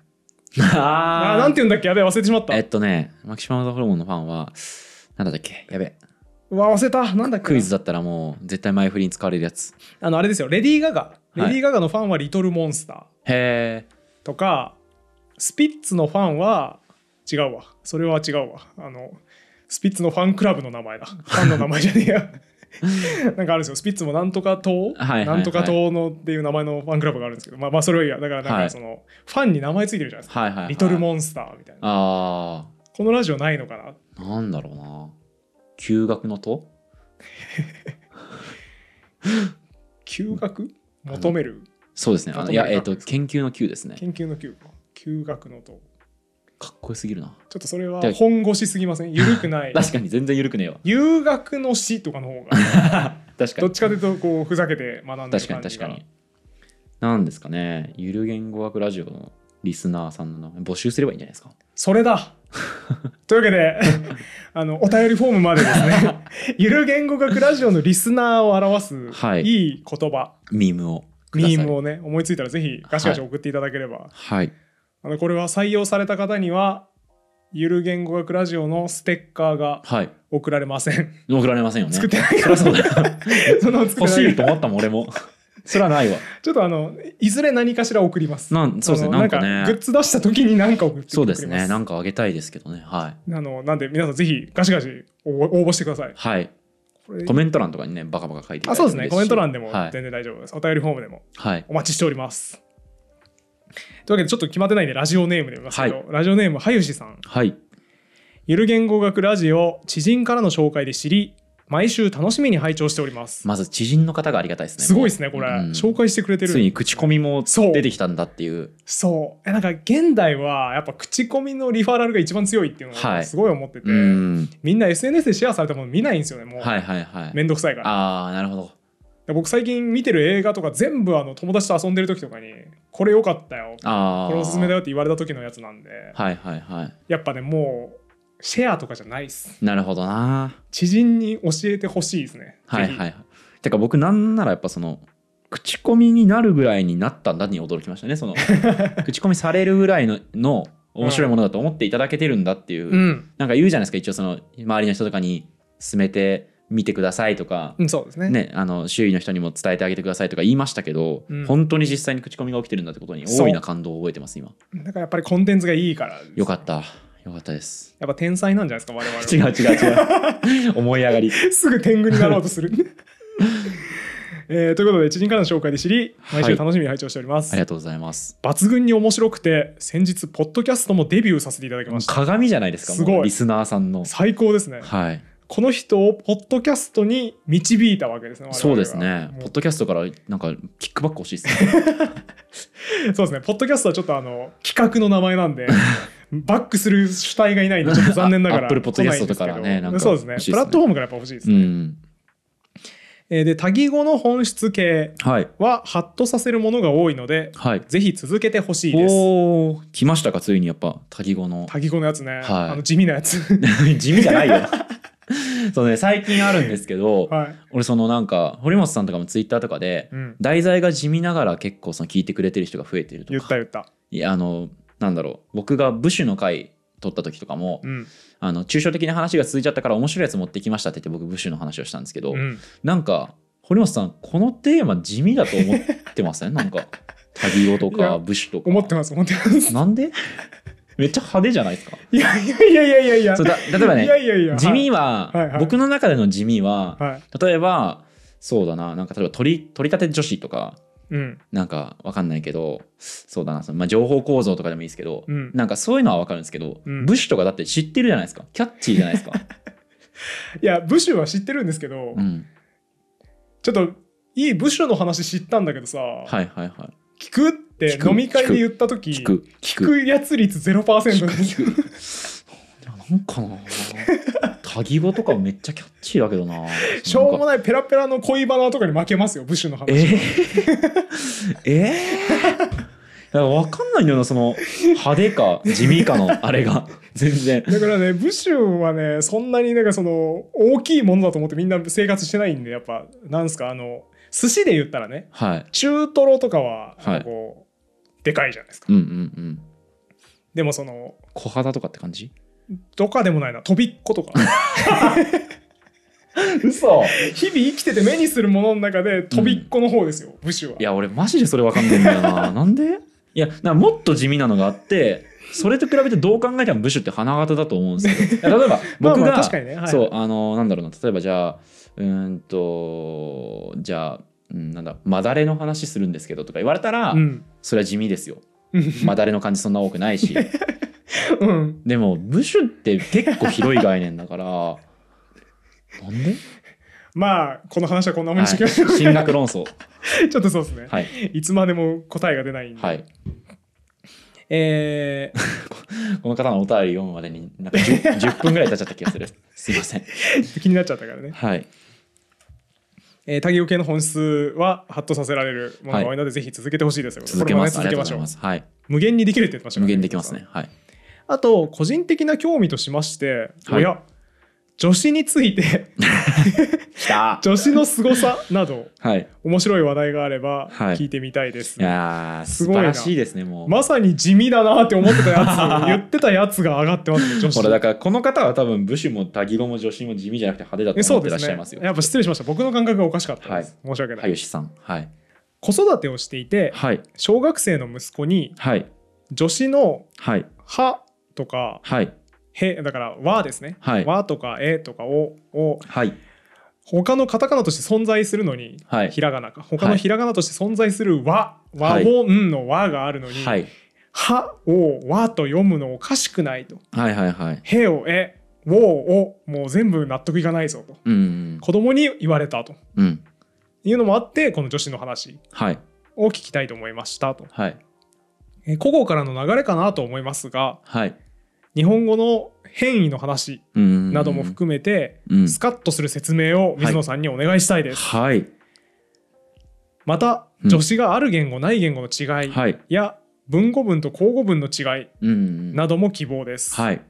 Speaker 1: あ
Speaker 2: あ
Speaker 1: ーなんて言うんだっけやべえ忘れてしまった、
Speaker 2: えっとね、マキシマム・ザ・ホルモンのファンは、なんだっけ、やべ、
Speaker 1: うわ忘れたなんだっけな
Speaker 2: クイズだったらもう絶対前振りに使われるやつ。
Speaker 1: あのあれですよレディー・ガガ
Speaker 2: い
Speaker 1: レディー・ガガのファンはリトル・モンスター
Speaker 2: へえ。
Speaker 1: とかスピッツのファンは違うわそれは違うわあのスピッツのファンクラブの名前 だファンの名前じゃねえや なんかあるんですよスピッツもなんとか党、
Speaker 2: はいはいはい
Speaker 1: なんとか党のっていう名前のファンクラブがあるんですけどまあまあそれはいいやだからなん
Speaker 2: はい
Speaker 1: かその、ファンに名前ついてるじゃないですか、
Speaker 2: はいはい、はい。
Speaker 1: リトル・
Speaker 2: ン。
Speaker 1: モンスターみたいな
Speaker 2: あ
Speaker 1: このラジオないのかな
Speaker 2: ー、なんだろうな。休学のと
Speaker 1: 休学求める
Speaker 2: そうですね。あのいや、えっと、研究の Q ですね。
Speaker 1: 研究の休休学の党
Speaker 2: かっこよすぎるな。
Speaker 1: ちょっとそれは
Speaker 2: で
Speaker 1: 本腰すぎません緩くない
Speaker 2: 確かに全然緩くねえわ。
Speaker 1: 留学の詩とかの方が
Speaker 2: 確か
Speaker 1: ど
Speaker 2: に
Speaker 1: っ。ちかというとこうふざけて学んでる
Speaker 2: 確かに
Speaker 1: 感
Speaker 2: 確
Speaker 1: じ
Speaker 2: か
Speaker 1: が
Speaker 2: に。なんですかね、ゆる言語学ラジオのリスナーさんの名前募集すればいいんじゃないですか。
Speaker 1: それ だというわけで あのお便りフォームまでですね ゆる言語学ラジオのリスナーを表す、
Speaker 2: はい
Speaker 1: い、言葉
Speaker 2: ミームをくださ
Speaker 1: ミ
Speaker 2: い。
Speaker 1: ームをね思いついたらぜひガシガシ送っていただければ、
Speaker 2: はい。
Speaker 1: あのこれは採用された方にはゆる言語学ラジオのステッカーが
Speaker 2: はい。
Speaker 1: 送られません
Speaker 2: 送られませんよね。
Speaker 1: 作ってない
Speaker 2: そり ゃそうだよ
Speaker 1: その作
Speaker 2: 欲し
Speaker 1: ってない
Speaker 2: いと思ったもん、俺も。それ はないわ。
Speaker 1: ちょっとあのいずれ何かしら送ります
Speaker 2: なんそうですね、
Speaker 1: あの
Speaker 2: なんか
Speaker 1: グッ
Speaker 2: ね。
Speaker 1: ズ出した時に何か送って
Speaker 2: そうです
Speaker 1: 送りま
Speaker 2: ね、なんかあげたいですけどね。はい。
Speaker 1: あのなんで皆さんぜひガシガシ応募応募してください。
Speaker 2: はい。
Speaker 1: これ
Speaker 2: コメント欄とかにね、バカバカ書いていただいても
Speaker 1: あそうですね
Speaker 2: し
Speaker 1: コメント欄でも
Speaker 2: はい。
Speaker 1: 全然大丈夫です。お便りフォームでも
Speaker 2: はい。
Speaker 1: お待ちしております。というわけでちょっと決まってないんでラジオネームで見ますけど、
Speaker 2: は
Speaker 1: ラジオネームはゆしさん。
Speaker 2: はい。
Speaker 1: ゆる言語学ラジオ知人からの紹介で知り毎週楽しみに拝聴しております。
Speaker 2: まず知人の方がありがたいですね。
Speaker 1: すごいですね、これ。
Speaker 2: うん
Speaker 1: 紹介してくれてる。
Speaker 2: ついに口コミも
Speaker 1: そう
Speaker 2: 出てきたんだっていう。
Speaker 1: そうえなんか現代はやっぱ口コミのリファラルが一番強いっていうの
Speaker 2: は
Speaker 1: を
Speaker 2: い
Speaker 1: すごい思ってて、
Speaker 2: うん。
Speaker 1: みんな SNS でシェアされたもの見ないんですよねもう、
Speaker 2: はいはいはい。
Speaker 1: めんどくさいから
Speaker 2: ああ、なるほど。
Speaker 1: で僕最近見てる映画とか全部あの友達と遊んでる時とかに「これ良かったよ」
Speaker 2: ああ。
Speaker 1: これおすすめだよって言われた時のやつなんで
Speaker 2: はいはいはい。
Speaker 1: やっぱねもうシェアとかじゃないっす
Speaker 2: なるほどな。
Speaker 1: 知人に教えてほしいですね
Speaker 2: はい
Speaker 1: ぜひ
Speaker 2: はいはい。てか僕なんならやっぱその口コミになるぐらいになったんだに驚きましたね。 その口コミされるぐらいのの面白いものだと思っていただけてるんだってい
Speaker 1: う
Speaker 2: う、
Speaker 1: ん、
Speaker 2: なんか言うじゃないですか一応その周りの人とかに勧めてみてくださいとか、
Speaker 1: うん、そうですね
Speaker 2: ね、あの周囲の人にも伝えてあげてくださいとか言いましたけど、
Speaker 1: うん
Speaker 2: 本当に実際に口コミが起きてるんだってことに大いな感動を覚えてます今。
Speaker 1: だからやっぱりコンテンツがいいからです
Speaker 2: よかった。よかったです。
Speaker 1: やっぱ天才なんじゃないですか我々は
Speaker 2: 違う違う違 う。思い上がり。
Speaker 1: すぐ天狗になろうと する。えーということで知人からの紹介で知り毎週楽しみに拝聴しております、
Speaker 2: ありがとうございます。
Speaker 1: 抜群に面白くて先日ポッドキャストもデビューさせていただきました
Speaker 2: 鏡じゃないですか。
Speaker 1: すごい
Speaker 2: もうリスナーさんの。
Speaker 1: 最高ですね
Speaker 2: はい。
Speaker 1: この人をポッドキャストに導いたわけですね我々が
Speaker 2: そうですね。
Speaker 1: も
Speaker 2: ポッドキャストからなんかキックバッ ク欲しいですね。
Speaker 1: うそうですねポッドキャストはちょっとあの企画の名前 なんでバックする主体がいないんでちょっと残念ながら
Speaker 2: あ Apple Podcast とか
Speaker 1: 来
Speaker 2: らね
Speaker 1: いんですけど
Speaker 2: なんか
Speaker 1: そうですね
Speaker 2: 欲しいです
Speaker 1: プ
Speaker 2: ね
Speaker 1: ラットフォームからやっぱ欲しいです
Speaker 2: う
Speaker 1: ね、
Speaker 2: ん。
Speaker 1: えーで多義語の本質系
Speaker 2: はい
Speaker 1: はハッとさせるものが多いので
Speaker 2: はい。
Speaker 1: ぜひ続けてほしいです
Speaker 2: おお来ましたかついにやっぱ多義語の。
Speaker 1: 多義語のやつね、
Speaker 2: い
Speaker 1: あの地味なやつ
Speaker 2: 地味じゃないよ。 そうね最近あるんですけど、
Speaker 1: はい、
Speaker 2: 俺そのなんか堀本さんとかもツイッターとかで
Speaker 1: うん、
Speaker 2: 題材が地味ながら結構その聞いてくれてる人が増えてると
Speaker 1: 言った
Speaker 2: か。
Speaker 1: 言った、
Speaker 2: いやあのなんだろう僕がブッシュの回撮った時とかも、
Speaker 1: うん
Speaker 2: あの抽象的な話が続いちゃったから面白いやつ持ってきましたって言って僕ブッシュの話をしたんですけど、
Speaker 1: うん、
Speaker 2: なんか堀本さんこのテーマ地味だと思ってませんなんか旅語と
Speaker 1: いや
Speaker 2: か武士とか
Speaker 1: 思ってます思ってます
Speaker 2: なんでめっちゃ派手じゃないですか
Speaker 1: いやいやいやいやいやいや
Speaker 2: そうだ例えば
Speaker 1: いや
Speaker 2: ね
Speaker 1: いやいや
Speaker 2: 地味は、
Speaker 1: はいはい
Speaker 2: 僕の中での地味は、
Speaker 1: はい、はい
Speaker 2: 例えばそうだななんか例えば取り取り立て女子とか
Speaker 1: うん
Speaker 2: なんかわかんないけどそうだなその、まあ、情報構造とかでもいいですけど、
Speaker 1: うん
Speaker 2: なんかそういうのはわかるんですけど、
Speaker 1: うん
Speaker 2: 武士とかだって知ってるじゃないですかキャッチーじ ゃないですか、
Speaker 1: いやブッシュは知ってるんですけど、
Speaker 2: うん、
Speaker 1: ちょっといいブッシュの話知ったんだけどさ、
Speaker 2: はいはいは
Speaker 1: 聞くって
Speaker 2: 聞く
Speaker 1: 飲み会で言った時
Speaker 2: い聞く聞
Speaker 1: 聞くやつ率0%です
Speaker 2: なんかな多義語とかめっちゃキャッチーだけどな。
Speaker 1: しょうも
Speaker 2: ない。
Speaker 1: ないペラペラの恋バナとかに負けますよブッシュの話
Speaker 2: えーえー、わかんないんだよな、その派手か地味か のあれが。全然。
Speaker 1: だからね、ブッシュはね、そんなになんかその大きいものだと思ってみんな生活してないんで、やっぱ、なんすか、あの、寿司で言ったらね、
Speaker 2: はい。
Speaker 1: 中トロとかは、
Speaker 2: はい
Speaker 1: こう、でかいじゃないですか。
Speaker 2: うんうんうん。
Speaker 1: でもその、
Speaker 2: 小肌とかって感じ
Speaker 1: どかでもないな、飛びっことか。 日
Speaker 2: 嘘
Speaker 1: 々生きてて目にするものの中で、飛びっこの方ですよ、ブッシュは。
Speaker 2: いや、俺マジでそれわかんないんだよ な。なんでいや、なんかもっと地味なのがあって、それと比べてどう考えても武士って花形だと思うんです よ。いや例えば、
Speaker 1: まあ
Speaker 2: 僕
Speaker 1: まあ
Speaker 2: が、
Speaker 1: 確かにねはい
Speaker 2: そう、あの、なんだろうな、例えばじゃあ、うーんと、じゃあ、うん、なんだ、まだれの話するんですけどとか言われたら、
Speaker 1: うん。
Speaker 2: それは地味 ですよ。
Speaker 1: うん
Speaker 2: まだれの感じそんな多くないし。
Speaker 1: うん。
Speaker 2: でも、武士って結構広い概念だ から、なんで、
Speaker 1: まあ、この話はこんなもんに
Speaker 2: はい、
Speaker 1: してきましょう。
Speaker 2: 進学論争。
Speaker 1: ちょっとそうですね。
Speaker 2: はい。
Speaker 1: いつまでも答えが出ないんで。
Speaker 2: はい。
Speaker 1: えー
Speaker 2: この方のお便り読むまでになん か 10, 10分ぐらい経っちゃった気がする。すいません。
Speaker 1: 気になっちゃったからね。
Speaker 2: はい。
Speaker 1: えー、多義語系の本質はハッとさせられるものが多いので、ぜひ続けてほしいですよ。
Speaker 2: 続けます。
Speaker 1: こ
Speaker 2: あ
Speaker 1: れ
Speaker 2: り
Speaker 1: もね
Speaker 2: がと
Speaker 1: 続けま
Speaker 2: うございま
Speaker 1: しょ
Speaker 2: す。はい。
Speaker 1: う。無限にできるって言ってましたから
Speaker 2: 無
Speaker 1: ね
Speaker 2: 限できますね。。はい。
Speaker 1: あと、個人的な興味としまして、
Speaker 2: はい
Speaker 1: おや、女子について、
Speaker 2: きた
Speaker 1: 女子の凄さなど、
Speaker 2: はい。
Speaker 1: 面白い話題があれば
Speaker 2: はい
Speaker 1: 聞いてみたいです。
Speaker 2: いやー、
Speaker 1: す
Speaker 2: 素
Speaker 1: ごい
Speaker 2: 晴
Speaker 1: な
Speaker 2: らしいですね、もう。
Speaker 1: まさに地味だなって思ってたや つ、言ってたやつが上がってますね、女
Speaker 2: これだ
Speaker 1: 子。
Speaker 2: から、この方は多分、武士も多義語も女子も地味じゃなくて派手
Speaker 1: え
Speaker 2: だと
Speaker 1: そ
Speaker 2: 思
Speaker 1: うで
Speaker 2: ってらっ
Speaker 1: す
Speaker 2: しゃい
Speaker 1: ね
Speaker 2: ます。よ。
Speaker 1: やっぱ失礼しました。僕の感覚がおかしかったです。申し訳ない、
Speaker 2: はよしさん。はい。
Speaker 1: 子育てをしていて、
Speaker 2: はい。
Speaker 1: 小学生の息子に、
Speaker 2: はい。
Speaker 1: 女子の
Speaker 2: はい。
Speaker 1: 歯とか、
Speaker 2: はい。
Speaker 1: へだから「わ」ですね「
Speaker 2: はい
Speaker 1: わ」とか「え」とか「お」を
Speaker 2: はい。
Speaker 1: 他のカタカナとして存在するのに、
Speaker 2: はい
Speaker 1: ひらがなか他のひらがなとして存在する「わ」「わ」
Speaker 2: はい
Speaker 1: を「ん」の「わ」があるのに「
Speaker 2: はい。
Speaker 1: は」を「わ」と読むのおかしくないと
Speaker 2: はいはいは
Speaker 1: 「
Speaker 2: い。
Speaker 1: へ」を「え」「 「ウォー」をもう全部納得いかないぞと
Speaker 2: うん
Speaker 1: 子供に言われたと
Speaker 2: うんうん
Speaker 1: いうのもあってこの女子の話
Speaker 2: はい
Speaker 1: を聞きたいと思いましたと、
Speaker 2: はい
Speaker 1: えー古語からの流れかなと思いますが
Speaker 2: はい
Speaker 1: 日本語の変異の話
Speaker 2: うん
Speaker 1: なども含めて、
Speaker 2: うん
Speaker 1: スカッとする説明を水野さんにお願いしたいです、
Speaker 2: はい
Speaker 1: また
Speaker 2: うん
Speaker 1: 助詞がある言語ない言語の違い
Speaker 2: はい
Speaker 1: や文語文と口語文の違い
Speaker 2: うんうん
Speaker 1: なども希望です、
Speaker 2: はい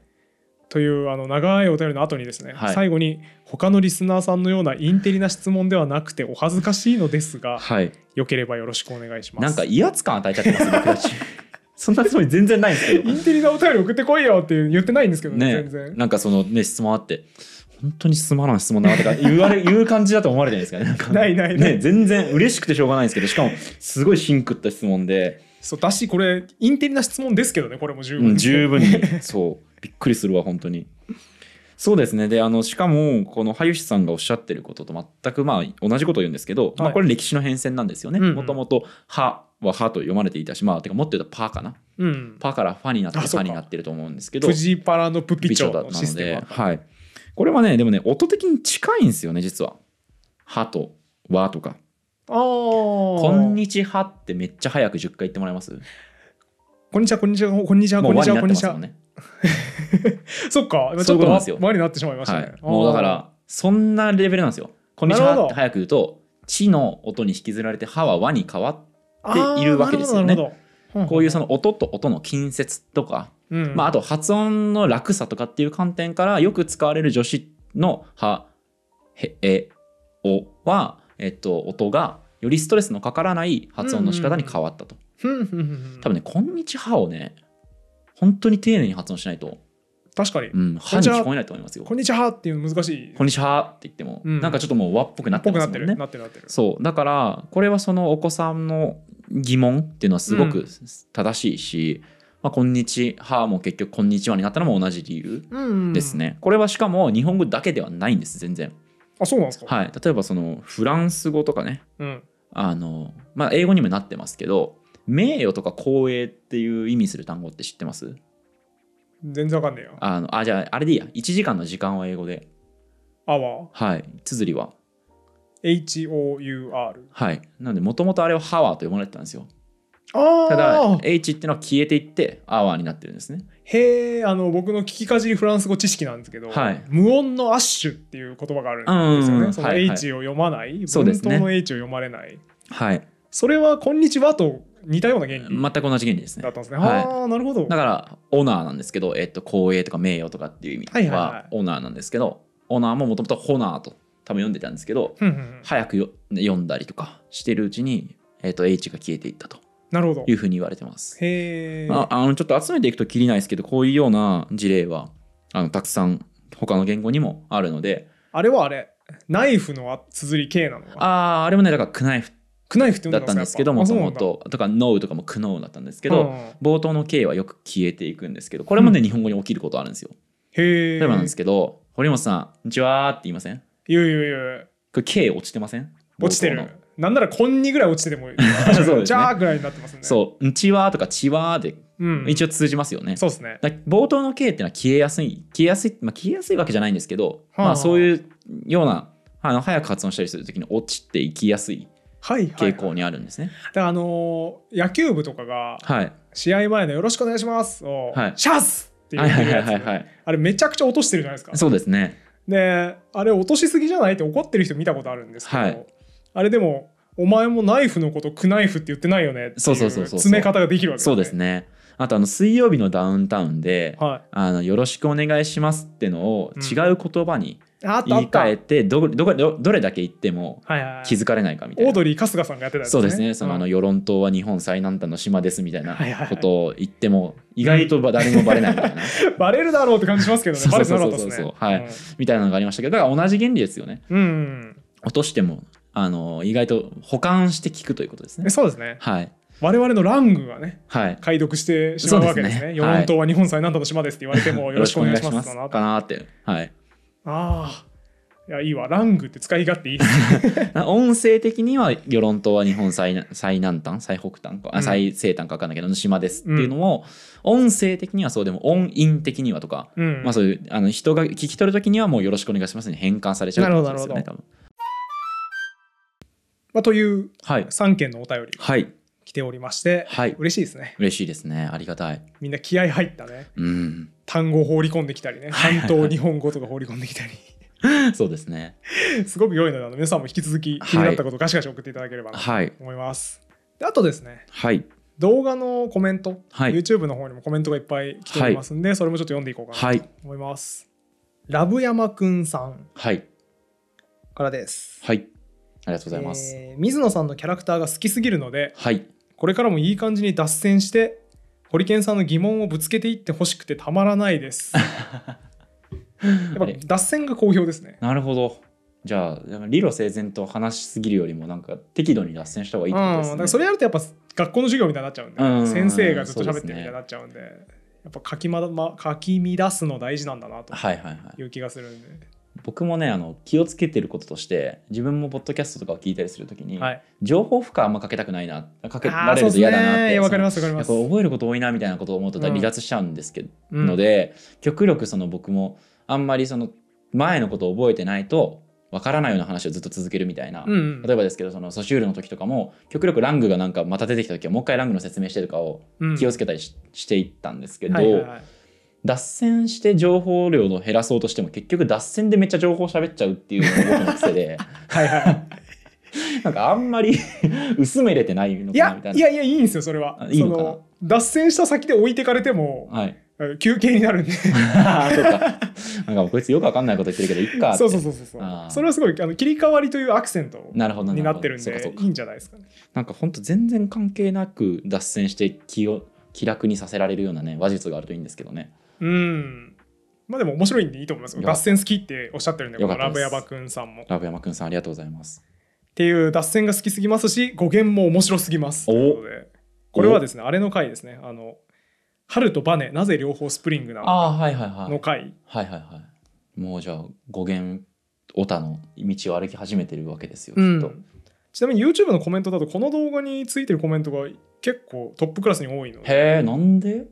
Speaker 1: というあの長いお便りの後にですね、
Speaker 2: はい
Speaker 1: 最後に他のリスナーさんのようなインテリな質問ではなくてお恥ずかしいのですが
Speaker 2: はい
Speaker 1: よければよろしくお願いします
Speaker 2: なんか威圧感与えちゃってます僕たち そんなつもり全然ないんですけど
Speaker 1: インテリなお便り送ってこいよって言ってないんですけどね
Speaker 2: ね
Speaker 1: 全然
Speaker 2: なんかそのね質問あって本当にすまない質問だなとか言 われ言う感じだと思われてないですかねなんか
Speaker 1: ないないない
Speaker 2: ね全然嬉しくてしょうがないんですけどしかもすごいシンクった質問で、
Speaker 1: そうだしこれインテリな質問ですけどねこれも十
Speaker 2: う
Speaker 1: 分、
Speaker 2: ん、十分にそうびっくりするわ本当にそうですねであのしかもこの羽吉さんがおっしゃってることと全くまあ同じことを言うんですけど、ま
Speaker 1: は
Speaker 2: あ、
Speaker 1: い
Speaker 2: これ歴史の変遷なんですよね
Speaker 1: うんうん
Speaker 2: もともと「は」は「は」と読まれていたしまあてかもっと言うと「パ」かな
Speaker 1: うん
Speaker 2: 「パ」から「ファ」になって「
Speaker 1: あ
Speaker 2: フ
Speaker 1: そう
Speaker 2: ァ」
Speaker 1: か
Speaker 2: になってると思うんですけど
Speaker 1: プジパラのプピチョ
Speaker 2: だっ
Speaker 1: の
Speaker 2: た
Speaker 1: シ
Speaker 2: の
Speaker 1: ステム
Speaker 2: で
Speaker 1: は、
Speaker 2: はい、これはねでもね音的に近いんですよね実は「は」と「わ」とか
Speaker 1: あ
Speaker 2: 「
Speaker 1: ー
Speaker 2: こんにちは」ってめっちゃ早く10回言ってもらえます
Speaker 1: こんにちはこんにちはこんにちは
Speaker 2: も
Speaker 1: こに
Speaker 2: うん輪
Speaker 1: ちは
Speaker 2: になっ
Speaker 1: こんに
Speaker 2: てま
Speaker 1: ち
Speaker 2: すもん
Speaker 1: は
Speaker 2: ね
Speaker 1: そっかち
Speaker 2: そう
Speaker 1: ょ
Speaker 2: い
Speaker 1: っ
Speaker 2: うことなん
Speaker 1: と
Speaker 2: ですよ
Speaker 1: 輪になってしまいました
Speaker 2: は
Speaker 1: ね
Speaker 2: い、もうだか
Speaker 1: あー
Speaker 2: らそんなレベルなんですよ「こんにちは
Speaker 1: なる」ほど
Speaker 2: って早く言うと「ち」の音に引きずられて「は」は「わ」に変わっ
Speaker 1: あー
Speaker 2: ているわけですよ
Speaker 1: な
Speaker 2: ね
Speaker 1: るほどなるほど
Speaker 2: こういうその音と音の近接とか、
Speaker 1: うん
Speaker 2: まあ、あと発音の楽さとかっていう観点からよく使われる助詞の「は」「へ」「え」「お」は、えっと、音がよりストレスのかからない発音の仕方に変わったと、
Speaker 1: ふんふんふんふん
Speaker 2: 多分ね「こんにちは」をね本当に丁寧に発音しないと
Speaker 1: 確かに
Speaker 2: 「うん、は」に聞こえないと思いま
Speaker 1: 「
Speaker 2: すよ
Speaker 1: こんにちは」っていう難しい
Speaker 2: 「こんにちは」って言っても、
Speaker 1: うん
Speaker 2: なんかちょっともう和っぽくなっ
Speaker 1: ってぽくな
Speaker 2: ま
Speaker 1: っ
Speaker 2: すも
Speaker 1: て
Speaker 2: ん
Speaker 1: る、
Speaker 2: ね
Speaker 1: なってるなってる
Speaker 2: そうだからこれはそのお子さんの疑問っていうのはすご
Speaker 1: う
Speaker 2: く正しいし「まあ、こんにちは」も結局「こんにちは」になったのも同じ理由
Speaker 1: うん
Speaker 2: ですね、これはしかも日本語だけではないんです全然、
Speaker 1: あそうなんですか、
Speaker 2: はい、例えばそのフランス語とかね
Speaker 1: うん、
Speaker 2: あの、まあ、英語にもなってますけど名誉とか光栄っていう意味する単語って知ってます
Speaker 1: 全然わかんねえよ
Speaker 2: あのあじゃああれでいいや1時間の時間は英語で
Speaker 1: 「あわ
Speaker 2: はい綴りは」
Speaker 1: HOUR
Speaker 2: はいなのでもともとあれは「ハワー」と呼ばれてたんですよ
Speaker 1: あ
Speaker 2: ただ
Speaker 1: ー
Speaker 2: H っていうのは消えていって「アワー」になってるんですね
Speaker 1: へえあの僕の聞きかじりフランス語知識なんですけど、
Speaker 2: はい
Speaker 1: 無音のアッシュっていう言葉があるんですよね、
Speaker 2: うん
Speaker 1: その
Speaker 2: はいはい
Speaker 1: H を読まない、
Speaker 2: そうで
Speaker 1: 文
Speaker 2: す
Speaker 1: 頭
Speaker 2: ね
Speaker 1: の H を読まれない
Speaker 2: はい
Speaker 1: それは「こんにちは」と似たような原理
Speaker 2: 全く同じ原理です
Speaker 1: だ
Speaker 2: ね
Speaker 1: ったんですね、
Speaker 2: はい
Speaker 1: ああなるほど
Speaker 2: だからオナーなんですけど、えっと、光栄とか名誉とかっていう意
Speaker 1: はい
Speaker 2: 味
Speaker 1: はいはい
Speaker 2: はオナーなんですけど、オナーももともとホナーと多分読んでたんですけど
Speaker 1: ふんふんふん
Speaker 2: 早くよ読んだりとかしてるうちに、えっと H が消えていったと
Speaker 1: なるほど
Speaker 2: いうふうに言われてます。
Speaker 1: へえ、
Speaker 2: まあ、あのちょっと集めていくときりないですけどこういうような事例はあのたくさん他の言語にもあるので
Speaker 1: あれはあれナイフのあ綴り K なのか
Speaker 2: あああれもねだからクナイフ
Speaker 1: クナイフって
Speaker 2: だ
Speaker 1: 読
Speaker 2: っ
Speaker 1: ん
Speaker 2: た
Speaker 1: だ
Speaker 2: ん
Speaker 1: ん
Speaker 2: で
Speaker 1: ですす
Speaker 2: け
Speaker 1: か
Speaker 2: どもと
Speaker 1: や
Speaker 2: も
Speaker 1: っぱあそうなんだ
Speaker 2: ととかノウとかもクノウだったんですけ
Speaker 1: う
Speaker 2: ど、
Speaker 1: ん
Speaker 2: 冒頭の K はよく消えていくんですけどこれもね、
Speaker 1: う
Speaker 2: 日本語に起きることあるんですよ
Speaker 1: へえ
Speaker 2: 例えばなんですけど、堀本さん、こんにちはーって言いませんこ
Speaker 1: いやいやいや
Speaker 2: れ K 落ちてません
Speaker 1: 落ちて
Speaker 2: 冒頭
Speaker 1: る
Speaker 2: の
Speaker 1: なんならこんにぐらい落ちててもいい
Speaker 2: そうですね
Speaker 1: じゃあぐらいになってますねう、
Speaker 2: そう、んちはーとかちわーで
Speaker 1: ん、
Speaker 2: 一応通じますよね。
Speaker 1: そうですね
Speaker 2: だ冒頭の K っていうのは消えやすい、消えやすい、まあ、消えやすいわけじゃないんですけど、
Speaker 1: はあ
Speaker 2: まあ、そういうような、あの早く発音したりするときに落ちていきやすい
Speaker 1: はいはい、
Speaker 2: 傾向にあるんですね。
Speaker 1: だからあのー野球部とかが
Speaker 2: はい。
Speaker 1: 試合前の「よろしくお願いします」を
Speaker 2: はい
Speaker 1: シャス!」って言
Speaker 2: は
Speaker 1: っ
Speaker 2: いは
Speaker 1: て
Speaker 2: い
Speaker 1: る
Speaker 2: は
Speaker 1: や
Speaker 2: いはい
Speaker 1: つ
Speaker 2: はい。
Speaker 1: あれめちゃくちゃ落としてるじゃないですか
Speaker 2: そうですね。
Speaker 1: であれ落としすぎじゃないって怒ってる人見たことあるんですけど、
Speaker 2: はい
Speaker 1: あれでも「お前もナイフのことクナイフって言ってないよね」ってい
Speaker 2: そうそうそうそう
Speaker 1: 詰め方ができるわけ
Speaker 2: そうですね。あと、あの、水曜日のダウンタウンで、
Speaker 1: は
Speaker 2: あのよろしくお願いしますってのを違う言葉に
Speaker 1: い、あったあ
Speaker 2: 言い
Speaker 1: った
Speaker 2: 換えて、どどどどれだけ言っても
Speaker 1: はいはいはい、
Speaker 2: 気づかれないかみたい
Speaker 1: オ
Speaker 2: な
Speaker 1: ー。ドリー春日さんがやってたやつ
Speaker 2: そうですね、その
Speaker 1: う
Speaker 2: あ
Speaker 1: ん
Speaker 2: の、与論島は日本最南端の島ですみたいな
Speaker 1: はいはいはい
Speaker 2: ことを言っても、意外とば誰にもバレないみたいな、
Speaker 1: バレるだろうって感じしますけどね。
Speaker 2: そ
Speaker 1: バ
Speaker 2: う
Speaker 1: レて
Speaker 2: そう
Speaker 1: な
Speaker 2: そ
Speaker 1: かった
Speaker 2: うそう
Speaker 1: ですね。
Speaker 2: はいみたいなのがありましたけど、だから同じ原理ですよね。
Speaker 1: うん。うん
Speaker 2: 落としても、あの、意外と保管して聞くということです
Speaker 1: え
Speaker 2: ね。
Speaker 1: そうですね。
Speaker 2: はい。
Speaker 1: 我々のラングがね、
Speaker 2: はい。
Speaker 1: 解読してしまうわけです
Speaker 2: そう
Speaker 1: ね。
Speaker 2: ですね
Speaker 1: 四、論島 は日本最南端の島ですって言われてもよろしくお願いしますか
Speaker 2: よろ
Speaker 1: な
Speaker 2: くお願いしますかなって。はい。
Speaker 1: ああ。いやいいわラングって使い勝手いいね
Speaker 2: あ音声的には「与論島は日本最南最南端最北端
Speaker 1: う
Speaker 2: か、あ
Speaker 1: ん
Speaker 2: 最西端か分かんないけどの島です」っていうのも、音声的にはそうでも音韻的にはとか、
Speaker 1: うん、
Speaker 2: まあ、そういうあの人が聞き取る時にはもう「よろしくお願いします」に変換されちゃうってことですよね
Speaker 1: な
Speaker 2: 多分
Speaker 1: まあという
Speaker 2: はい
Speaker 1: 3件のお便りが
Speaker 2: はい
Speaker 1: 来ておりまして、
Speaker 2: はい
Speaker 1: 嬉しいですね
Speaker 2: 嬉しいですねありがたい
Speaker 1: みんな気合入ったね
Speaker 2: うん
Speaker 1: 単語を放り込んできたりね
Speaker 2: はい
Speaker 1: 関東日本語とか放り込ん できたり
Speaker 2: そうですね
Speaker 1: すごく良いのであの皆さんも引き続き気になったことをガシガシ送っていただければなと
Speaker 2: はい
Speaker 1: 思います、であとですね
Speaker 2: はい
Speaker 1: 動画のコメント、
Speaker 2: はい
Speaker 1: YouTube の方にもコメントがいっぱい来ておりますんで、それもちょっと読んでいこうか
Speaker 2: は
Speaker 1: ないと思います、ラブヤマくんさん
Speaker 2: はい
Speaker 1: からです
Speaker 2: はいありがとうございます、
Speaker 1: えー水野さんのキャラクターが好きすぎるので
Speaker 2: はい
Speaker 1: これからもいい感じに脱線してホリケンさんの疑問をぶつけていってほしくてたまらないです やっぱ
Speaker 2: あれ
Speaker 1: 脱線が好評ですね
Speaker 2: なるほどじゃあなんか理路整然と話しすぎるよりもなんか適度に脱線した方がいいってこ
Speaker 1: うん
Speaker 2: と
Speaker 1: だ
Speaker 2: ですね、
Speaker 1: からそれやるとやっぱ学校の授業みたいになっちゃうんで、
Speaker 2: うん
Speaker 1: 先生がずっと喋って
Speaker 2: そうです
Speaker 1: るみ
Speaker 2: ね
Speaker 1: たいになっちゃうんでやっぱかき,、まま、かき乱すの大事なんだなと
Speaker 2: はいはいはい
Speaker 1: いう気がするんで、
Speaker 2: 僕もねあの気をつけてることとして自分もポッドキャストとかを聞いたりするときに、
Speaker 1: はい、
Speaker 2: 情報負荷あんまかけたくないなかけ
Speaker 1: あ
Speaker 2: ら
Speaker 1: ー
Speaker 2: れ
Speaker 1: そうで
Speaker 2: ると
Speaker 1: すね
Speaker 2: 嫌だなって
Speaker 1: わかり
Speaker 2: そ
Speaker 1: ますわかり
Speaker 2: の
Speaker 1: ま
Speaker 2: やっ
Speaker 1: す
Speaker 2: ぱ覚えること多いなみたいなことを思うと
Speaker 1: うん
Speaker 2: 離脱しちゃうんですけど、
Speaker 1: うん
Speaker 2: ので極力その僕もあんまりその前のことを覚えてないとわからないような話をずっと続けるみたいな、
Speaker 1: うんうん
Speaker 2: 例えばですけどそのソシュールの時とかも極力ラングがなんかまた出てきた時はもう一回ラングの説明してとかを
Speaker 1: うん
Speaker 2: 気をつけたりし,、ていったんですけど、
Speaker 1: はいはいはい
Speaker 2: 脱線して情報量を減らそうとしても結局脱線でめっちゃ情報喋っちゃうっていうのが僕の癖 で
Speaker 1: はいはい
Speaker 2: なんかあんまり 薄めれてない
Speaker 1: い
Speaker 2: のかな
Speaker 1: や
Speaker 2: みたいない
Speaker 1: やいやいいんですよそれは
Speaker 2: あいいのかな
Speaker 1: その脱線した先で置いてかれても
Speaker 2: はい
Speaker 1: 休憩になるんで
Speaker 2: そうかなんかこいつよくわかんないこと言ってるけどいっかって
Speaker 1: そうそうそうそうそう
Speaker 2: あー
Speaker 1: それはすごいあの切り替わりというアクセント
Speaker 2: なるほど
Speaker 1: に
Speaker 2: るほど
Speaker 1: なってるん
Speaker 2: そうかそ
Speaker 1: で
Speaker 2: うか
Speaker 1: いいんじゃないですかね
Speaker 2: なんかほんと全然関係なく脱線して気を気楽にさせられるようなね話術があるといいんですけどね
Speaker 1: うんまあでも面白いんでいいと思いますよ
Speaker 2: よか
Speaker 1: 脱線好きっておっしゃってるんでこ
Speaker 2: よか
Speaker 1: の
Speaker 2: った
Speaker 1: ラ
Speaker 2: です
Speaker 1: ブヤバくんさんもっ
Speaker 2: ラブ山くんさんありがとうございます
Speaker 1: ていう脱線が好きすぎますし語源も面白すぎます
Speaker 2: お
Speaker 1: ということでこれはですねあれの回ですねあの春とバネなぜ両方スプリングなのか
Speaker 2: ああはいはいはい
Speaker 1: の回
Speaker 2: はいはいはいもうじゃあ語源オタの道を歩き始めてるわけですよき
Speaker 1: う
Speaker 2: っと、
Speaker 1: ん、ちなみに YouTube のコメントだとこの動画についてるコメントが結構トップクラスに多いので
Speaker 2: へえなんで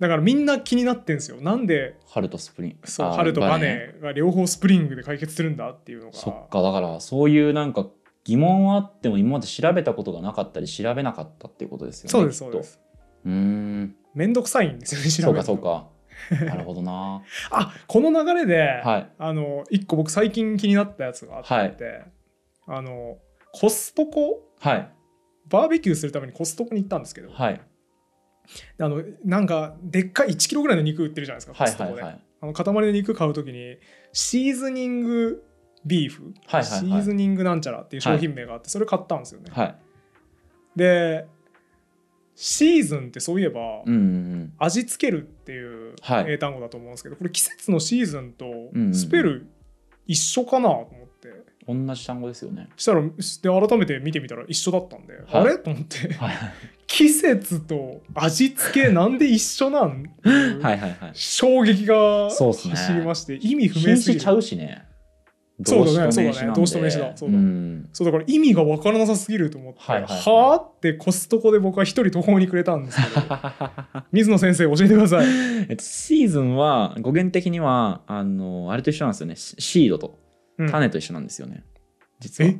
Speaker 1: だからみんな気になってんですよなんで
Speaker 2: 春とスプリン
Speaker 1: そう
Speaker 2: あー
Speaker 1: 春とバ
Speaker 2: バネ
Speaker 1: ネが両方スプリングで解決するんだっていうの
Speaker 2: そ
Speaker 1: が
Speaker 2: っかだからそういうなんか疑問はあっても今まで調べたことがなかったり調べなかったっていうことですよね
Speaker 1: そうです
Speaker 2: き
Speaker 1: そ
Speaker 2: っ
Speaker 1: う
Speaker 2: と
Speaker 1: です
Speaker 2: うーん
Speaker 1: めんどくさいんですよね調
Speaker 2: そ
Speaker 1: べる
Speaker 2: うか
Speaker 1: の
Speaker 2: そうか なるほどな
Speaker 1: あこの流れで、
Speaker 2: はい
Speaker 1: あの一個僕最近気になったやつがあって、
Speaker 2: はい
Speaker 1: あのコストコ
Speaker 2: はい
Speaker 1: バーベキューするためにコストコに行ったんですけど
Speaker 2: はい
Speaker 1: あのなんかでっかい1キロぐらいの肉売ってるじゃないですかコ
Speaker 2: はい
Speaker 1: スト
Speaker 2: は
Speaker 1: コ
Speaker 2: い
Speaker 1: で
Speaker 2: はい
Speaker 1: あの塊の肉買うときにシーズニングビーフ、
Speaker 2: はいはいはい
Speaker 1: シーズニングなんちゃらっていう商品名があってそれ買ったんですよね、
Speaker 2: はい
Speaker 1: でシーズンってそういえば、
Speaker 2: うんうん
Speaker 1: 味付けるっていう
Speaker 2: はい
Speaker 1: 英単語だと思うんですけど、これ季節のシーズンと
Speaker 2: んうん
Speaker 1: スペル一緒かなと思って、
Speaker 2: うん同じ単語ですよね
Speaker 1: したらで改めて見てみたら一緒だったんで、
Speaker 2: はい
Speaker 1: あれと思って
Speaker 2: はい
Speaker 1: 季節と味付けなんで一緒なんっていう
Speaker 2: はいはいはい
Speaker 1: 衝撃が
Speaker 2: そうっすね
Speaker 1: 走りまして、意味不
Speaker 2: 品
Speaker 1: 明すぎ
Speaker 2: 種
Speaker 1: る
Speaker 2: ちゃうしね
Speaker 1: そうだね
Speaker 2: 動詞と名詞
Speaker 1: そうだ
Speaker 2: なんで
Speaker 1: ね動詞と名詞だそうだ
Speaker 2: ん
Speaker 1: そうだから意味が分からなさすぎると思って、
Speaker 2: はいはいはい
Speaker 1: はあってコストコで僕は一人途方にくれたんですけ ど水野先生教えてください。
Speaker 2: えっと、シーズンは語源的にはあのあれと一緒なんですよねシシードと
Speaker 1: うん
Speaker 2: 種と一緒なんですよね、実は
Speaker 1: え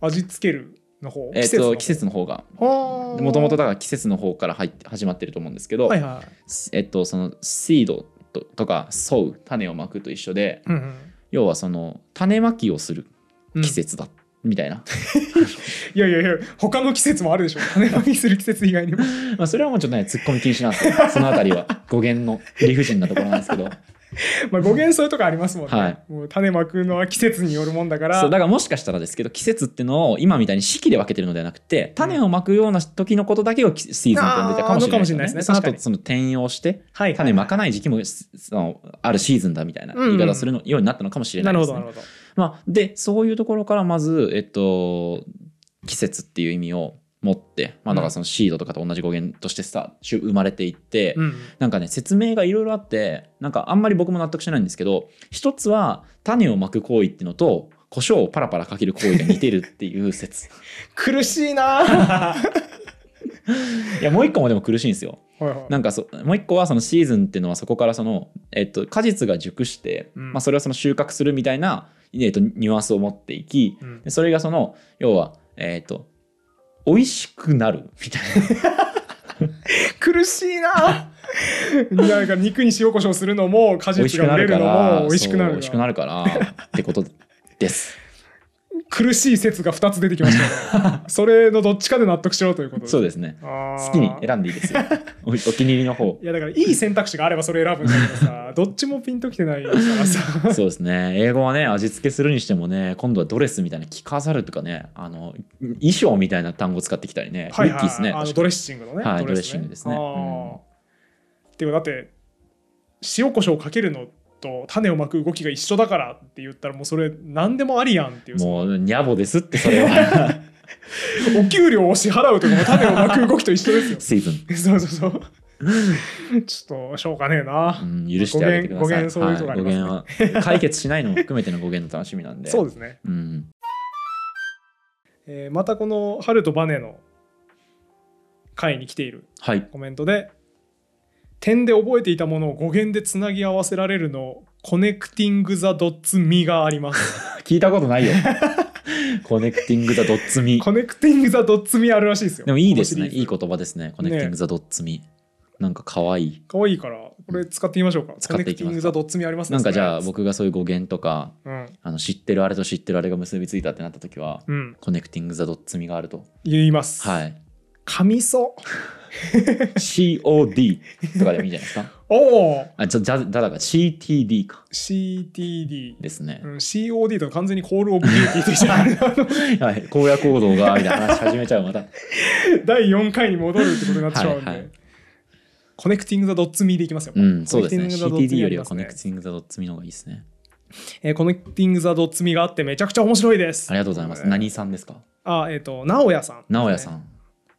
Speaker 1: 味付けるの方
Speaker 2: えっと季節の方がも
Speaker 1: も
Speaker 2: ともとだから季節の方から入って始まってると思うんですけど、
Speaker 1: はいはい
Speaker 2: えっとそのシードととかソウ種をまくと一緒で
Speaker 1: うんうん
Speaker 2: 要はその種まきをする
Speaker 1: うん
Speaker 2: 季節だ、みたいな、
Speaker 1: いやいやいや他の季節もあるでしょ種まきする季節以外にも
Speaker 2: まあ、それはもうちょっとね突っ込み禁止なんですよそ のあたりは語源の理不尽なところなんです けど
Speaker 1: まあ語源そういうとこありますもんね、
Speaker 2: はい
Speaker 1: もう種まくのは季節によるもんだから
Speaker 2: そうだからもしかしたらですけど季節ってのを今みたいに四季で分けてるのではなくて種をまくような時のことだけをきシーズンって呼んでたか
Speaker 1: あー
Speaker 2: もしれないよ
Speaker 1: のかもしれないですね
Speaker 2: その
Speaker 1: 確
Speaker 2: 後
Speaker 1: かに
Speaker 2: その転用して
Speaker 1: はい
Speaker 2: 種まかない時期もすそのあるシーズンだみたいな
Speaker 1: うんう
Speaker 2: 言
Speaker 1: ん
Speaker 2: い方をするの、ようになったのかもしれな
Speaker 1: ないる
Speaker 2: で
Speaker 1: ほど
Speaker 2: す
Speaker 1: な
Speaker 2: ね
Speaker 1: る。ほど
Speaker 2: まあ、でそういうところからまず、えっと、季節っていう意味を持って、まあ、だからそのシードとかと同じ語源としてさ生まれていって、
Speaker 1: うん
Speaker 2: なんかね説明がいろいろあってなんかあんまり僕も納得しないんですけど一つは種をまく行為っていうのと胡椒をパラパラかける行為が似てるってい う説
Speaker 1: 苦しいな はい
Speaker 2: いやもう一個もでも苦しいんですよ
Speaker 1: はい
Speaker 2: なんかそもう一個はそのシーズンっていうのはそこからその、えっと、果実が熟して、
Speaker 1: うん
Speaker 2: まあ、それをその収穫するみたいな、えっと、ニュアンスを持っていき
Speaker 1: うん
Speaker 2: でそれがその要はえっと美味しくなるみたいな
Speaker 1: 苦しいななんか肉に塩コショウするのも果
Speaker 2: 美味し
Speaker 1: 実
Speaker 2: く
Speaker 1: が
Speaker 2: な
Speaker 1: 売れ
Speaker 2: る
Speaker 1: る
Speaker 2: か
Speaker 1: の
Speaker 2: ら
Speaker 1: も美味しくな
Speaker 2: そ
Speaker 1: る
Speaker 2: う美
Speaker 1: な
Speaker 2: 味しくなるからってこと です。
Speaker 1: 苦しい説が2つ出てきましたねそれのどっちかで納得しろということ
Speaker 2: そう
Speaker 1: で
Speaker 2: ですね
Speaker 1: すあー
Speaker 2: 好きに選んでいいですよおお気に入りの方
Speaker 1: いやだからいい選択肢があればそれ選ぶんだけど さどっちもピンときてないからさ
Speaker 2: そうですね英語はね味付けするにしてもね今度はドレスみたいな着飾るとかねあの衣装みたいな単語使ってきたりね、
Speaker 1: はい
Speaker 2: ミッ
Speaker 1: は
Speaker 2: キーですね
Speaker 1: いあの
Speaker 2: 確
Speaker 1: ド
Speaker 2: か
Speaker 1: レッ
Speaker 2: に
Speaker 1: シングのね、
Speaker 2: はい
Speaker 1: ね
Speaker 2: ドレッシングですね
Speaker 1: あ
Speaker 2: うん
Speaker 1: ーっていうかだって塩コショウかけるのと種をまく動きが一緒だからって言ったらもうそれ何でもありやんっていう
Speaker 2: もうニャボですってそれ は
Speaker 1: お給料を支払うとかも種をまく動きと一緒ですよ
Speaker 2: シーズン、
Speaker 1: そうそうそう。ちょっとしょうがねえな。
Speaker 2: うん、許してあげてくださ
Speaker 1: 語
Speaker 2: い
Speaker 1: 源そういうとこあ
Speaker 2: は
Speaker 1: り
Speaker 2: い語
Speaker 1: ますね
Speaker 2: 源は解決しないのも含めての語源の楽しみなんで
Speaker 1: そう
Speaker 2: で
Speaker 1: ですね。
Speaker 2: す、うん、
Speaker 1: えーまたこの春とバネの会に来ている
Speaker 2: はい
Speaker 1: コメントで、点で覚えていたものを語源でつなぎ合わせられるのコネクティング・ザ・ドッツ・ミがあります。
Speaker 2: 聞いたこ とないよコネクティング・ザ・ドッツ・ミ
Speaker 1: コネクティング・ザ・ドッツ・ミあるらしいですよ。
Speaker 2: でもいいですね
Speaker 1: このシリ
Speaker 2: い
Speaker 1: ーズ
Speaker 2: い言葉ですねコネクティング・ザ・ドッツ・ミなんか可愛い
Speaker 1: かわいいから、これ使ってみましょうか。
Speaker 2: 使っていき
Speaker 1: コ
Speaker 2: ますか
Speaker 1: ネクティング・ザ・ドッツ・ミありますね
Speaker 2: なんかじゃあ。僕がそういう語源とか
Speaker 1: うん。
Speaker 2: あの知ってるあれと知ってるあれが結びついたってなった時は、
Speaker 1: うん。
Speaker 2: コネクティング・ザ・ドッツミがあると。
Speaker 1: 言います。。
Speaker 2: はいい。
Speaker 1: 神そ。
Speaker 2: COD とかでもいいんじゃないで すか。
Speaker 1: おお
Speaker 2: あ、ちょ、だ、だだか CTD か。
Speaker 1: !CTD。
Speaker 2: ですね
Speaker 1: う。ん、COD と完全にコールオブデューティーとしてあれあの
Speaker 2: はい。荒野行動が、みたいな話始めちゃう、また。
Speaker 1: 第4回に戻るってことになってしまうんで、
Speaker 2: はいはい
Speaker 1: コネクティング・ザ・ドッツ・ミーでいきますよ。
Speaker 2: うん、そうですね。
Speaker 1: コネクテ
Speaker 2: CTD よりはコネク
Speaker 1: ィングザドッツミーありますねえ
Speaker 2: ティング・ザ・ドッツミの方がいいですね。
Speaker 1: ーコネクティング・ザ・ドッツ・ミーがあってめちゃくちゃ面白いです。
Speaker 2: ありがとうございます。
Speaker 1: えー
Speaker 2: 何さんですか
Speaker 1: あ、えっ、と、直哉さん、
Speaker 2: 直哉さ
Speaker 1: ん。
Speaker 2: ん。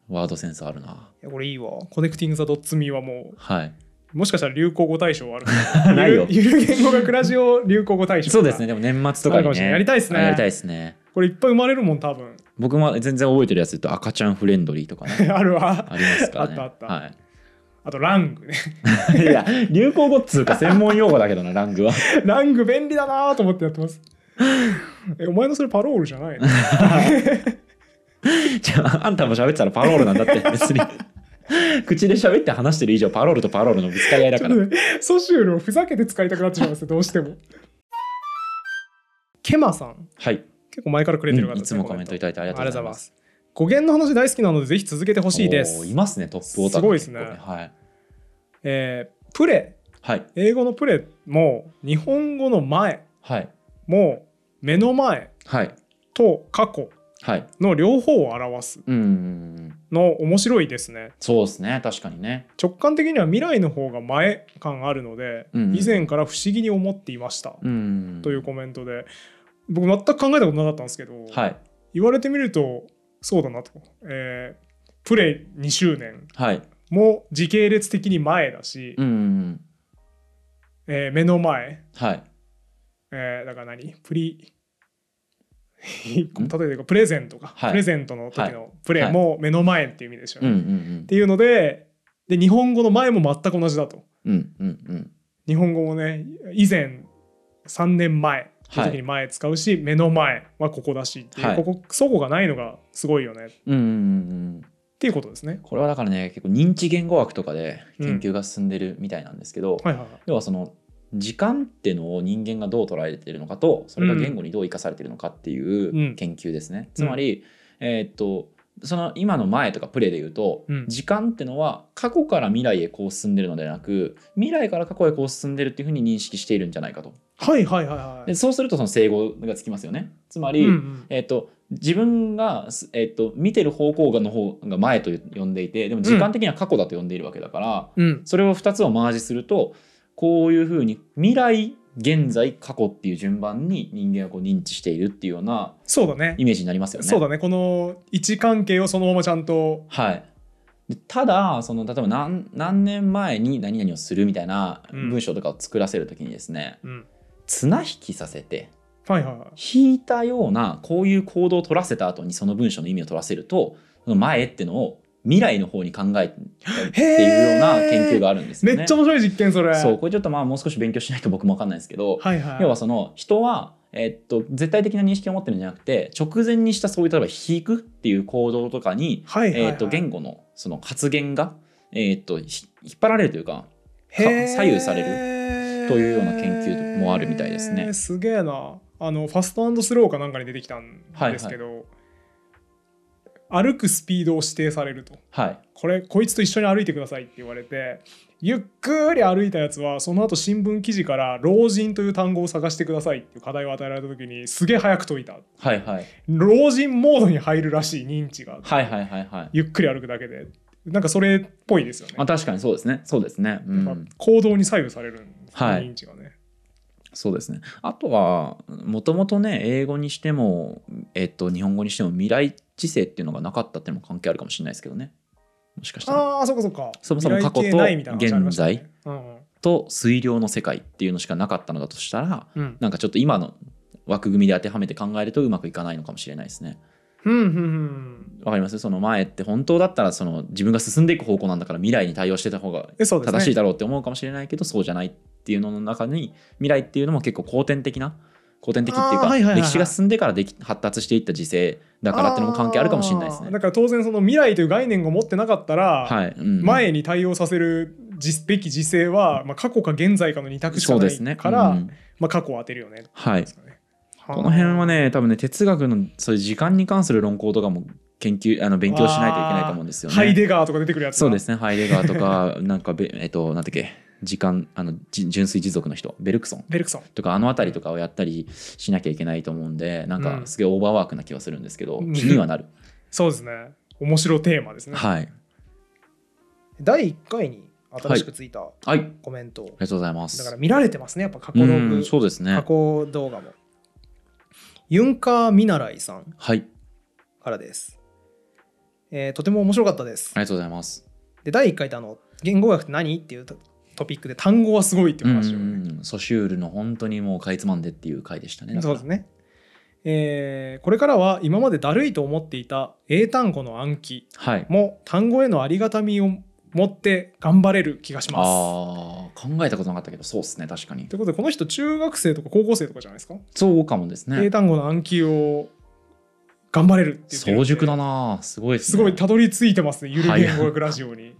Speaker 2: ワードセンスあるな。
Speaker 1: これいいわ。コネクティング・ザ・ドッツ・ミーはも
Speaker 2: はい。
Speaker 1: う、もしかしたら流行語大賞あるかも
Speaker 2: ないよ
Speaker 1: ゆるゆる言語学ラジオ流行語大賞。
Speaker 2: そうですね。。でも年末とか
Speaker 1: あるか
Speaker 2: に
Speaker 1: もしれ
Speaker 2: ね。
Speaker 1: ないやりたいっすね
Speaker 2: あやりたいですね。
Speaker 1: これいっぱい生まれるもん、多分
Speaker 2: 僕も全然覚えてるやつ言うと、赤ちゃんフレンドリーとか ね。
Speaker 1: あるわ。
Speaker 2: ありますから
Speaker 1: あっ
Speaker 2: ね。
Speaker 1: たあった
Speaker 2: はい。
Speaker 1: あと、ラングね。
Speaker 2: いや流行語っつうか専門用語だけどなラングは
Speaker 1: ラング便利だなと思ってやってます。え、お前のそれパロールじゃないの
Speaker 2: じゃああんたも喋ってたらパロールなんだって別に 口で喋って話してる以上パロールとパロールのぶつかり合いだ
Speaker 1: ちょ
Speaker 2: か
Speaker 1: っと
Speaker 2: ら
Speaker 1: ね、ソシュールをふざけて使いたくなってしまうんですよ、どうしても。ケマさん、
Speaker 2: はい、
Speaker 1: 結構前からくれてる方
Speaker 2: うんい
Speaker 1: です
Speaker 2: つ
Speaker 1: ね、
Speaker 2: もコメントいただいてありがとうございます
Speaker 1: ありがとうございます。語源の話大好きなので、ぜひ続けてほしいで
Speaker 2: お
Speaker 1: す
Speaker 2: ーい。ますねトップオータ
Speaker 1: すごいですね
Speaker 2: はい、
Speaker 1: えープレ、
Speaker 2: はい
Speaker 1: 英語のプレも、日本語の前
Speaker 2: はい
Speaker 1: も、目の前
Speaker 2: はい
Speaker 1: と過去
Speaker 2: はい
Speaker 1: の両方を表す
Speaker 2: うんうんうん
Speaker 1: の面白いですね。
Speaker 2: そうですね確かにね
Speaker 1: 直感的には未来の方が前感あるので、
Speaker 2: うんうん
Speaker 1: 以前から不思議に思っていました。
Speaker 2: うん
Speaker 1: というコメントで僕全く考えたことなかったんですけど、
Speaker 2: はい
Speaker 1: 言われてみるとそうだなと、えープレイ2周年
Speaker 2: はい
Speaker 1: も時系列的に前だし、
Speaker 2: うんうんうん
Speaker 1: えー目の前、
Speaker 2: はい
Speaker 1: えーだから何プリ 例
Speaker 2: ん
Speaker 1: えばプレゼントか、
Speaker 2: はい
Speaker 1: プレゼントの時のプレイも目の前っていう意味でしょ、
Speaker 2: うんう
Speaker 1: っ
Speaker 2: ん
Speaker 1: ていうのでで日本語の前も全く同じだと
Speaker 2: うんうんうんうん
Speaker 1: 日本語もね以前3年前の時に前使うし、目の前はここだしっていう、
Speaker 2: はい
Speaker 1: ここ相互がないのがすごいよねっ
Speaker 2: うんうんうんうん
Speaker 1: ていうことですね。
Speaker 2: これはだからね結構認知言語学とかで研究が進んでるみたいなんですけど、
Speaker 1: はいはいはい、
Speaker 2: 要はその時間ってのを人間がどう捉えているのかとそれが言語にどう生かされているのかってい
Speaker 1: うん
Speaker 2: う研究ですね、つまり、えーっとその今の前とかプレイで言うと、
Speaker 1: うん
Speaker 2: 時間ってのは過去から未来へこう進んでるのではなく未来から過去へこう進んでるっていうふうに認識しているんじゃないかと
Speaker 1: はいはいはいはい
Speaker 2: で。そうするとその整合がつきますよねつまり、
Speaker 1: うんうん
Speaker 2: えっと自分が、すえっと見てる方向がの方が前と呼んでいてでも時間的には過去だと呼んでいるわけだから、
Speaker 1: うん
Speaker 2: それを2つをマージするとこういうふうに未来現在過去っていう順番に人間はこう認知しているっていうような
Speaker 1: そうだね
Speaker 2: イメージになりますよね。
Speaker 1: そうだねこの位置関係をそのままちゃんと
Speaker 2: はい、でただその例えば何何年前に何々をするみたいな
Speaker 1: うん
Speaker 2: 文章とかを作らせるときにですね、
Speaker 1: うん
Speaker 2: 綱引きさせて
Speaker 1: はいはいはい
Speaker 2: 引いたようなこういう行動を取らせた後にその文章の意味を取らせるとその前ってのを未来の方に考えてっていうような研究があるんですよね。
Speaker 1: めっちゃ面白い実験それ
Speaker 2: そうこれちょっとまあもう少し勉強しないと僕も分かんないですけど、
Speaker 1: はいはい
Speaker 2: 要はその人は、えっと絶対的な認識を持ってるんじゃなくて直前にしたそういう例えば引くっていう行動とかに、
Speaker 1: はいはいはい
Speaker 2: えっと言語のその発言が、えっとひ引っ張られるというか
Speaker 1: へー
Speaker 2: 左右されというような研究もあるみたいですね
Speaker 1: すげえなあのファストスローかなんかに出てきたん
Speaker 2: はいはい
Speaker 1: ですけど、歩くスピードを指定されると
Speaker 2: はい
Speaker 1: これこいつと一緒に歩いてくださいって言われてゆっくり歩いたやつはその後新聞記事から「老人」という単語を探してくださいっていう課題を与えられた時にすげえ早く解いた
Speaker 2: はいはい
Speaker 1: 老人モードに入るらしい認知が
Speaker 2: はいはいはいはい
Speaker 1: ゆっくり歩くだけでなんかそれっぽいですよね
Speaker 2: あ確かにそうですねそうですねう
Speaker 1: やっぱ
Speaker 2: ん
Speaker 1: 行動に左右されるんですね、
Speaker 2: はい
Speaker 1: 認知がね
Speaker 2: そうですねあとはもともとね英語にしてもえっと日本語にしても未来知性っていうのがなかったっていうのも関係あるかもしれないですけどねもしかしたら
Speaker 1: ああーそっかそっか
Speaker 2: そもそも過去と
Speaker 1: 未来系ないみたいな話ありましたねうんうん
Speaker 2: と水量の世界っていうのしかなかったのだとしたら
Speaker 1: うん
Speaker 2: なんかちょっと今の枠組みで当てはめて考えるとうまくいかないのかもしれないですね。
Speaker 1: うんうんうん
Speaker 2: わかりますその前って本当だったらその自分が進んでいく方向なんだから未来に対応してた方が
Speaker 1: えそうですね
Speaker 2: 正しいだろうって思うかもしれないけどそうじゃないっていうのの中に未来っていうのも結構後天的な後天的っていう
Speaker 1: あー
Speaker 2: か
Speaker 1: はいはいはいはい
Speaker 2: 歴史が進んでからでき発達していった時勢だからっていうのも関係あるかもしれないです
Speaker 1: あー
Speaker 2: ね
Speaker 1: だ。から当然その未来という概念を持ってなかったら、
Speaker 2: はいうん、
Speaker 1: 前に対応させるじべき時勢は、まあ、過去か現在かの二択しか
Speaker 2: そう
Speaker 1: な
Speaker 2: ですね
Speaker 1: いから、
Speaker 2: うん
Speaker 1: まあ、過去を当てるよね
Speaker 2: はい
Speaker 1: ですかね
Speaker 2: この辺はね多分ね哲学のそういう時間に関する論考とかも研究あの勉強しないといけないと思うんですよね。
Speaker 1: ハイデガーとか出てくるやつだ
Speaker 2: そうですねハイデガーとかなんかべえっとなんだっけ時間あのじ純粋持続の人ベルクソン
Speaker 1: ベルクソン
Speaker 2: とかあの辺りとかをやったりしなきゃいけないと思うんでなん
Speaker 1: う
Speaker 2: か
Speaker 1: ん
Speaker 2: すげえオーバーワークな気はするんですけど、
Speaker 1: うん
Speaker 2: 気にはなる。
Speaker 1: そうですね面白テーマですね、
Speaker 2: はい
Speaker 1: 第1回に新しくついた
Speaker 2: はいあり
Speaker 1: コメントを、
Speaker 2: がとうござ
Speaker 1: だ
Speaker 2: いま
Speaker 1: から
Speaker 2: す。
Speaker 1: 見られてますねやっぱ過去
Speaker 2: う
Speaker 1: ロ
Speaker 2: ん
Speaker 1: グ
Speaker 2: そうですね
Speaker 1: 過去動画も。ユンカー・ミナライさん
Speaker 2: はい
Speaker 1: からです。えーとても面白かったです
Speaker 2: あ。りがとうございます。
Speaker 1: で、第1回ってあの、言語学って何っていうトトピックで、単語はすごいっていう話を、
Speaker 2: うんうんうんソシュールの本当にもうかいつまんでっていう回でしたね。だか
Speaker 1: そう
Speaker 2: ら
Speaker 1: ですね。えーこれからは今までだるいと思っていた英単語の暗記
Speaker 2: はい。
Speaker 1: も単語へのありがたみを持って頑張れる気がし
Speaker 2: あ
Speaker 1: ます。
Speaker 2: あ考えたことなかったけどそうですね確かに
Speaker 1: と。いうことでこの人中学生とか高校生とかじゃないですか、
Speaker 2: そうかもですね。
Speaker 1: 英単語の暗記を頑張れるって言ってるんで
Speaker 2: 早熟だなあすごいです
Speaker 1: す
Speaker 2: ね
Speaker 1: ごいたどり着いてますね、ゆる言語学ラジオ に。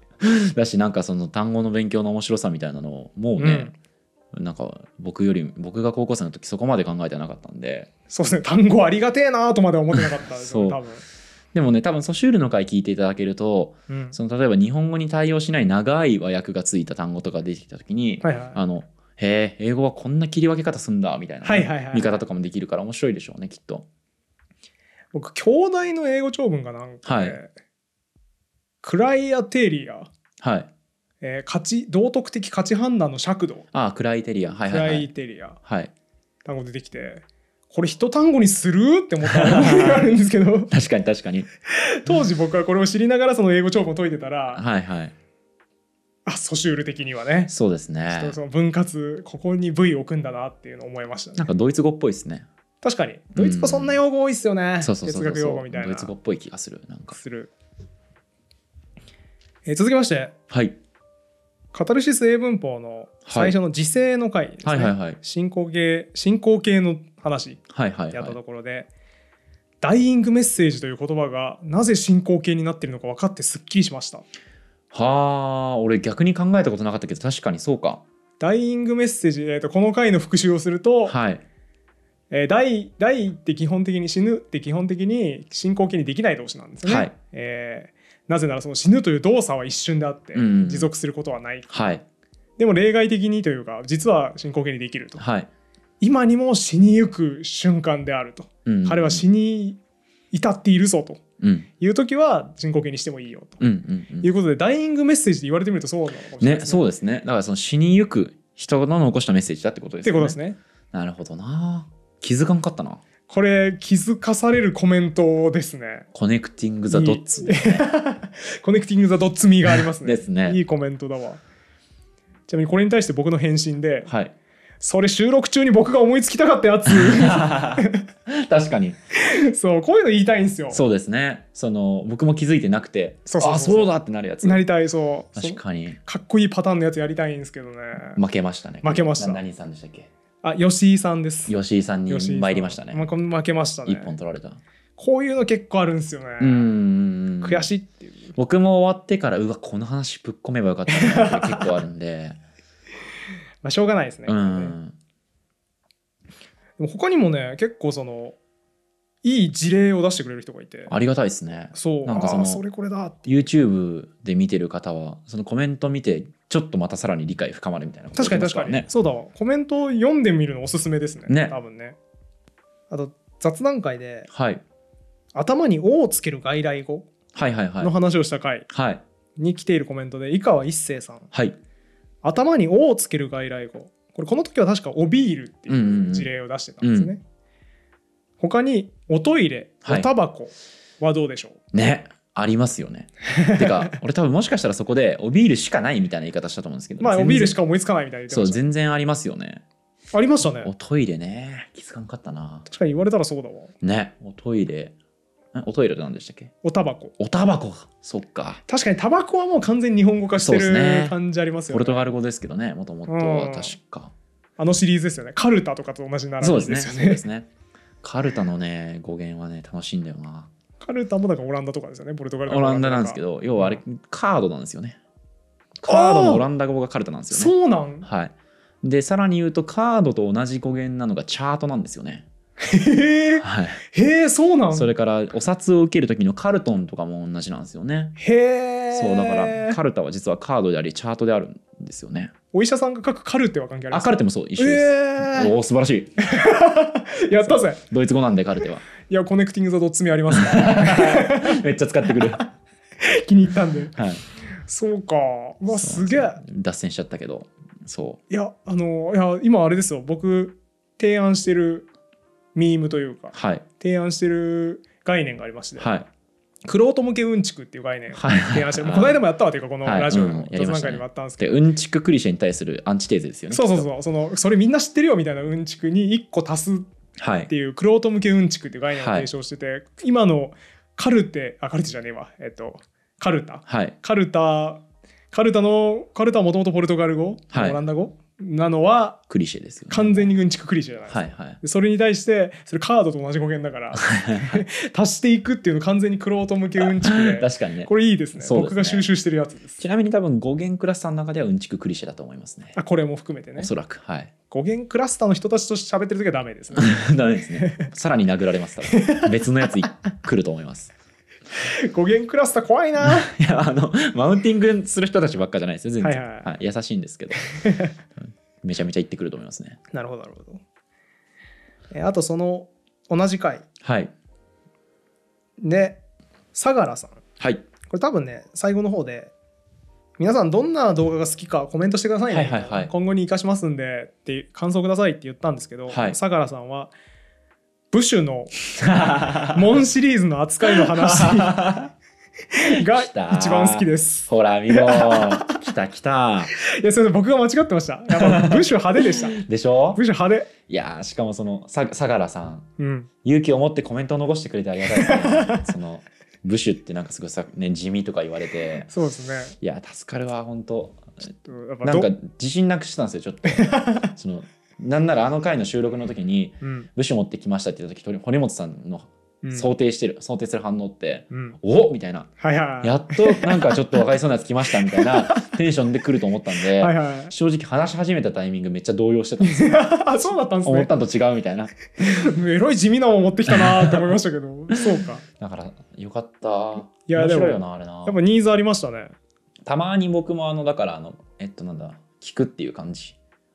Speaker 2: だしなんかその単語の勉強の面白さみたいなのをもうね、なんか僕より僕が高校生の時そこまで考えてなかったんで
Speaker 1: そうですね、単語ありがてえなとまでは思ってなかったですよね、
Speaker 2: そ
Speaker 1: 多
Speaker 2: う
Speaker 1: 分。
Speaker 2: でもね多分ソシュールの回聞いていただけると
Speaker 1: うん
Speaker 2: その例えば日本語に対応しない長い和訳がついた単語とか出てきた時に、
Speaker 1: はいはい。
Speaker 2: あのへえ英語はこんな切り分け方すんだみたいなね、
Speaker 1: はいはいはい
Speaker 2: 見方とかもできるから面白いでしょうねきっと
Speaker 1: 僕、兄弟の英語長文がなんか、ね
Speaker 2: は
Speaker 1: クライアテリア、
Speaker 2: はい
Speaker 1: えー価値、道徳的価値判断の尺度、
Speaker 2: ああクライテリアはい
Speaker 1: ク
Speaker 2: はいは
Speaker 1: ライ
Speaker 2: い
Speaker 1: テリア、
Speaker 2: はい
Speaker 1: 単語出てきて、これ一単語にするって思った思いがあるんですけ ど
Speaker 2: 確かに確かに
Speaker 1: 当時僕はこれを知りながらその英語長文を解いてたら
Speaker 2: はいはい
Speaker 1: あソシュール的にはね
Speaker 2: そうです
Speaker 1: ちょっ
Speaker 2: ね
Speaker 1: とその分割ここに V を置くんだなっていうのを思いましたね
Speaker 2: なんかドイツ語っぽいですね
Speaker 1: 確かにドイツ語そんな用語多いっすよね、
Speaker 2: そうそうそ
Speaker 1: 哲
Speaker 2: うそう
Speaker 1: 学用語
Speaker 2: そ
Speaker 1: み
Speaker 2: う
Speaker 1: たいな
Speaker 2: ドイツ語っぽい気がするなんか
Speaker 1: する、えー続きまして
Speaker 2: はい
Speaker 1: カタルシス英文法の最初の時勢の回ですね、
Speaker 2: はいはいはい
Speaker 1: 進行形進行形の話
Speaker 2: はいはい
Speaker 1: やった
Speaker 2: は
Speaker 1: ところで、ダイイングメッセージという言葉がなぜ進行形になっているのか分かってすっきりしました
Speaker 2: いはあ俺逆に考えたことなかったけど確かにそうか
Speaker 1: ダイイングメッセージ、えーとこの回の復習をすると、
Speaker 2: はい
Speaker 1: えー、大大って基本的に死ぬって基本的に進行形にできない動詞なんですね、
Speaker 2: はい
Speaker 1: えーなぜならその死ぬという動作は一瞬であって、
Speaker 2: うん
Speaker 1: 持続することはない
Speaker 2: はい
Speaker 1: でも例外的にというか実は進行形にできると
Speaker 2: はい、
Speaker 1: 今にも死にゆく瞬間であると、
Speaker 2: うん、
Speaker 1: 彼は死に至っているぞと
Speaker 2: うんうん
Speaker 1: いう時は進行形にしてもいいよと、
Speaker 2: うんうん
Speaker 1: いうことでダイイングメッセージで言われてみるとそうなのかもしれない
Speaker 2: ね
Speaker 1: ですね
Speaker 2: そうですねだからその死にゆく人の残したメッセージだってことで
Speaker 1: っ
Speaker 2: す
Speaker 1: て
Speaker 2: よ
Speaker 1: こと
Speaker 2: ね。
Speaker 1: ですね。
Speaker 2: なるほどな。気づかんかったな。
Speaker 1: これ気づかされるコメントですね。
Speaker 2: コネクティング・ザ・ドッツ
Speaker 1: いい コネクティング・ザ・ドッツ・ミーがありますね。
Speaker 2: ですね
Speaker 1: いいコメントだわ。ちなみにこれに対して僕の返信で、
Speaker 2: はい。
Speaker 1: それ収録中に僕が思いつきたかったやつ。
Speaker 2: 確かに。
Speaker 1: そう、こういうの言いたいんですよ。
Speaker 2: そうですね。その、僕も気づいてなくて、
Speaker 1: そうそうそうそう
Speaker 2: あ、そうだってなるやつ。
Speaker 1: なりたい、そう。
Speaker 2: 確
Speaker 1: そう
Speaker 2: かに。
Speaker 1: かっこいいパターンのやつやりたいんですけどね。
Speaker 2: 負けましたね。
Speaker 1: 負けました
Speaker 2: な何さんでしたっけ
Speaker 1: あ、吉井さんです。
Speaker 2: 吉井さんに
Speaker 1: 吉井さん
Speaker 2: 参りましたね。
Speaker 1: まこ負けました
Speaker 2: 一
Speaker 1: ね。
Speaker 2: 本取られた。
Speaker 1: こういうの結構あるんですよね。
Speaker 2: うーん。
Speaker 1: 悔しいっていう。
Speaker 2: 僕も終わってから、うわ、この話ぶっ込めばよかったなって結構ある んで。
Speaker 1: まあ、しょうがないですね。
Speaker 2: うん。
Speaker 1: でも他にもね、結構その、いい事例を出してくれる人がいて。
Speaker 2: ありがたいですね。
Speaker 1: そう、
Speaker 2: なんか
Speaker 1: あ
Speaker 2: あの
Speaker 1: それこれだって。
Speaker 2: YouTube で見てる方は、そのコメント見て、ちょっとまたさらに理解深まるみたいなこと
Speaker 1: 確かに
Speaker 2: できます
Speaker 1: 確からに。
Speaker 2: ね。
Speaker 1: そうだわ。コメントを読んでみるのおすすめですね。
Speaker 2: ね
Speaker 1: 多分ね。あと、雑談会で、
Speaker 2: はい。
Speaker 1: 頭に「お」をつける外来語
Speaker 2: はいはいはい
Speaker 1: の。話をした回
Speaker 2: はい。
Speaker 1: に来ているコメントで、井川一生さん、
Speaker 2: はい。
Speaker 1: 頭に「お」をつける外来語。これ、この時は確か、おビールって
Speaker 2: んうん
Speaker 1: いううんう事例を出してたんですね。他に、おトイレ、
Speaker 2: はい
Speaker 1: おタバコはどうでしょう、
Speaker 2: ね。ありますよね。 てか、俺多分もしかしたらそこで、おビールしかないみたいな言い方したと思うんですけど。
Speaker 1: まあ、おビールし
Speaker 2: か
Speaker 1: か思いつかないみたいに言って
Speaker 2: そう、
Speaker 1: ましたね
Speaker 2: 全然ありますよね。
Speaker 1: ありましたね。
Speaker 2: おトイレね。気づかんかったな。
Speaker 1: 確かに言われたらそうだわ。
Speaker 2: ね。おトイレ。えおトイレって何でしたっけ
Speaker 1: おタバコ。
Speaker 2: おタバコか。そっか。
Speaker 1: 確かにタバコはもう完全に日本語化して
Speaker 2: そうですね
Speaker 1: る感じありますよ
Speaker 2: ポ
Speaker 1: ね。
Speaker 2: ルトガル語ですけどね、もともと
Speaker 1: う
Speaker 2: は
Speaker 1: ん
Speaker 2: 確か。
Speaker 1: あのシリーズですよね。カルタとかと同じ並
Speaker 2: そう
Speaker 1: び
Speaker 2: です
Speaker 1: で
Speaker 2: ね。
Speaker 1: す
Speaker 2: そ
Speaker 1: よ
Speaker 2: う
Speaker 1: ね。
Speaker 2: ですね。カルタのね、語源はね、楽しいんだよな。
Speaker 1: カルタもだからオランダとかですよね。ポルトガルと
Speaker 2: オ
Speaker 1: か
Speaker 2: ランダなんですけ
Speaker 1: とか。
Speaker 2: ど、要はあれ、カードなんですよね。カードのオランダ語がカルタなんですよね。
Speaker 1: そうなん。
Speaker 2: はい。で、さらに言うと、カードと同じ語源なのがチャートなんですよね。
Speaker 1: へえ、
Speaker 2: はい。
Speaker 1: へえ、そうなん。
Speaker 2: それから、お札を受ける時のカルトンとかも同じなんですよね。
Speaker 1: へえ。
Speaker 2: そう、だから、カルタは実はカードであり、チャートであるんですよね。
Speaker 1: お医者さんが書くカルテは関係ありま
Speaker 2: あ、
Speaker 1: す
Speaker 2: カルテもそう、一緒です。
Speaker 1: え
Speaker 2: おお、素晴らしい。
Speaker 1: ーやったぜ。
Speaker 2: ドイツ語なんで、カルテは。
Speaker 1: いや、コネクティング・ザ・ドッツミありますね。
Speaker 2: めっちゃ使ってくる。は
Speaker 1: 気に入ったんで。
Speaker 2: い。
Speaker 1: そうか。うわ、
Speaker 2: そ
Speaker 1: す
Speaker 2: う
Speaker 1: げえ。
Speaker 2: 脱線しちゃったけど、そ
Speaker 1: いや、あの、いや、今あれですよ。僕、提案してるミームというか
Speaker 2: う。、はい。
Speaker 1: 提案してる概念がありまして。
Speaker 2: はい。
Speaker 1: クロート向けうんちくっていう概念を
Speaker 2: はい
Speaker 1: 提案して、もうこの間もやったわというかこの
Speaker 2: はい
Speaker 1: ラジオ
Speaker 2: うん
Speaker 1: の
Speaker 2: やり
Speaker 1: 雑
Speaker 2: ま
Speaker 1: 談
Speaker 2: したね
Speaker 1: 会でもやったんですけ
Speaker 2: で、
Speaker 1: ど、
Speaker 2: うんちくクリシェに対するアンチテーゼですよね。
Speaker 1: そうそうそうそのそれみんな知ってるよみたいなうんちくに1個足すっ
Speaker 2: はい
Speaker 1: て。いうクロート向けうんちくっていう概念を提唱してて、今のカルテあカルテじゃねえわえっとカルタ
Speaker 2: はい。
Speaker 1: カルタカルタのカルタはもともとポルトガル語、
Speaker 2: はい
Speaker 1: オランダ語なのは
Speaker 2: クリシェですよね。
Speaker 1: 完全にうんちくクリシェじゃないですか、
Speaker 2: はいはい。
Speaker 1: でそれに対してそれカードと同じ語源だから足していくっていうの完全にクロート向けうんちくで
Speaker 2: 確かにね
Speaker 1: こ。れいいですね
Speaker 2: そうで
Speaker 1: 僕
Speaker 2: すね
Speaker 1: が収集してるやつです
Speaker 2: ちなみに多分語源クラスターの中ではうんちくクリシェだと思いますね。
Speaker 1: あこれも含めてね
Speaker 2: おそらく。はい。
Speaker 1: 語源クラスターの人たちと喋ってる時はダメですね
Speaker 2: ダメですね。さらに殴られます から。別のやつい来ると思います。
Speaker 1: 語源クラスター怖い ない
Speaker 2: や、あの、マウンティングする人たちばっかじゃないですよ、全然。
Speaker 1: はいはいはい
Speaker 2: 優しいんですけど。めちゃめちゃ言ってくると思いますね。
Speaker 1: なるほどなるほどえあとその同じ回
Speaker 2: はい。
Speaker 1: で相良さんこ
Speaker 2: はい。
Speaker 1: れ多分ね最後の方で皆さんどんな動画が好きかコメントしてくださいね、
Speaker 2: はいはいはい
Speaker 1: 今後に生かしますんでっていう感想くださいって言ったんですけど、
Speaker 2: はい
Speaker 1: 相良さんはブッシュの モンシリーズの扱いの話が
Speaker 2: 来た
Speaker 1: 一番好きです
Speaker 2: ほら、見ろ。来た来た。
Speaker 1: いや、すみません、僕が間違ってました。やっぱ、ブッシュ派手で した。ブ
Speaker 2: でしょ
Speaker 1: ッシュ派手。
Speaker 2: いやー、しかもその、さ相良さん。
Speaker 1: うん。
Speaker 2: 勇気を持ってコメントを残してくれてありがたいですね。 そのブッシュってなんかすごいさ、ね、地味とか言われて
Speaker 1: そうですね。
Speaker 2: いや助かるわ本当
Speaker 1: やっぱ
Speaker 2: な
Speaker 1: ど
Speaker 2: んか自信なくしてたんですよちょっと そのなんならあの回の収録の時に
Speaker 1: うん。
Speaker 2: ブッシュ持ってきましたって言った時鳥堀本さんの
Speaker 1: うん。
Speaker 2: 想定してる、想定する反応って
Speaker 1: うん。
Speaker 2: おみたいな
Speaker 1: はいはい。
Speaker 2: やっとなんかちょっと分かりそうなやつ来ましたみた いなテンションで来ると思ったんで、
Speaker 1: はいはい。
Speaker 2: 正直話し始めたタイミングめっちゃ動揺してたんですよ
Speaker 1: あ、そうだったんです
Speaker 2: 思っ
Speaker 1: ね。
Speaker 2: たんと違うみたいな
Speaker 1: エロい地味なもん持ってきたなーって思いましたけ ど。そうか。
Speaker 2: だからよかった
Speaker 1: いや
Speaker 2: 面
Speaker 1: でも
Speaker 2: 白いよなあれな
Speaker 1: やっぱニーズありましたね。
Speaker 2: たまに僕もあのだからあのえっとなんだ聞くっていう感じ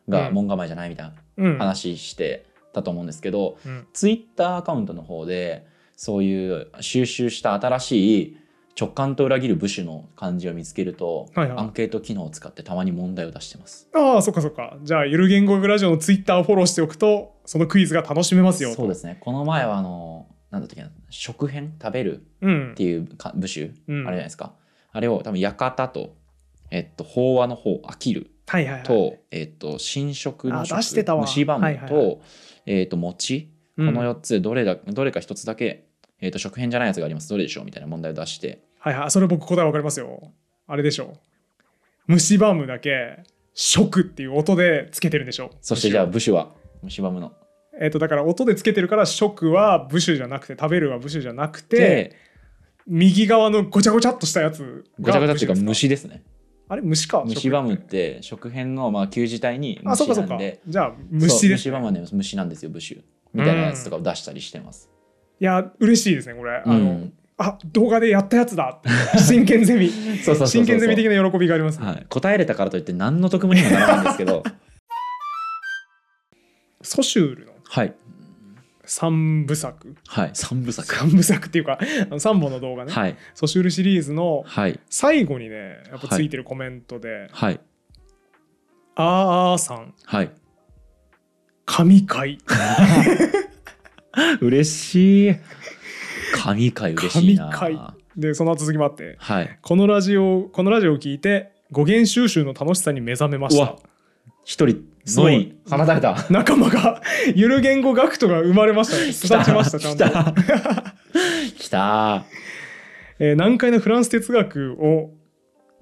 Speaker 2: が
Speaker 1: うん
Speaker 2: 門構えじゃないみたい
Speaker 1: うん
Speaker 2: な。話してたと思うんですけど、
Speaker 1: うん
Speaker 2: ツイッターアカウントの方でそういう収集した新しい直感と裏切る部首の漢字を見つけると、
Speaker 1: はいはい
Speaker 2: アンケート機能を使ってたまに問題を出してます。
Speaker 1: ああそっかそっかじゃあゆる言語学ラジオのツイッターをフォローしておくとそのクイズが楽しめますよ
Speaker 2: そうですね。この前はあのなんだったっけな食辺食べる
Speaker 1: うん
Speaker 2: っていうか部首、
Speaker 1: うん
Speaker 2: あれじゃないですか。あれを多分館とえっと飽和の方飽きる
Speaker 1: はいはいはい
Speaker 2: と、えっと新食の食
Speaker 1: あ出してたわ
Speaker 2: 虫歯
Speaker 1: は
Speaker 2: む
Speaker 1: い
Speaker 2: と、
Speaker 1: はいはい
Speaker 2: えっと餅
Speaker 1: う
Speaker 2: こ
Speaker 1: ん
Speaker 2: の4つどれだどれか1つだけ、えっと食辺じゃないやつがありますどれでしょうみたいな問題を出して
Speaker 1: はいはいそれ僕答えわかりますよあれでしょ虫歯ムだけ「食」っていう音でつけてるんでしょ
Speaker 2: そしてじゃあ部首は虫歯むの。
Speaker 1: えっ、とだから音でつけてるから食は部首じゃなくて食べるは部首じゃなくて
Speaker 2: で
Speaker 1: 右側のごちゃごちゃっとしたやつ
Speaker 2: ごちゃごちゃっていうか
Speaker 1: 部首です
Speaker 2: 虫ですね。
Speaker 1: あれ虫か
Speaker 2: 虫歯むって食辺のまあ旧字体に
Speaker 1: あそ
Speaker 2: 虫
Speaker 1: うかそう
Speaker 2: な
Speaker 1: か
Speaker 2: んで。
Speaker 1: じゃあ
Speaker 2: そう
Speaker 1: 虫です
Speaker 2: 虫歯まで虫なんですよ、部首。みたいなやつとかを出したりしてます。
Speaker 1: いや嬉しいですねこれ、
Speaker 2: うん
Speaker 1: あのあ動画でやったやつだ真剣ゼミ
Speaker 2: そうそうそうそう
Speaker 1: 真剣ゼミ的な喜びがありますね、
Speaker 2: はい、答えれたからといって何の得もにもならないんですけど、
Speaker 1: ソシュールの
Speaker 2: はい、
Speaker 1: 三部作
Speaker 2: はい、三部作。
Speaker 1: 三部作っていうかあの三本の動画ね、
Speaker 2: はい、
Speaker 1: ソシュールシリーズの
Speaker 2: はい、
Speaker 1: 最後にねやっぱついてるコメントで
Speaker 2: はい、
Speaker 1: 「あーあーさん
Speaker 2: はい。
Speaker 1: 神回
Speaker 2: 嬉しい。神回嬉しいな。
Speaker 1: 神回」でその後続きもあって
Speaker 2: はい。
Speaker 1: このラジオこのラジオを聞いて語源収集の楽しさに目覚めまし
Speaker 2: う
Speaker 1: た
Speaker 2: わ、一人、
Speaker 1: すご
Speaker 2: ノ
Speaker 1: い
Speaker 2: イ、放たれた。
Speaker 1: 仲間がゆる言語学徒が生まれましたね育ちましたちゃん
Speaker 2: 来
Speaker 1: と
Speaker 2: た。来た。
Speaker 1: えー難解なフランス哲学を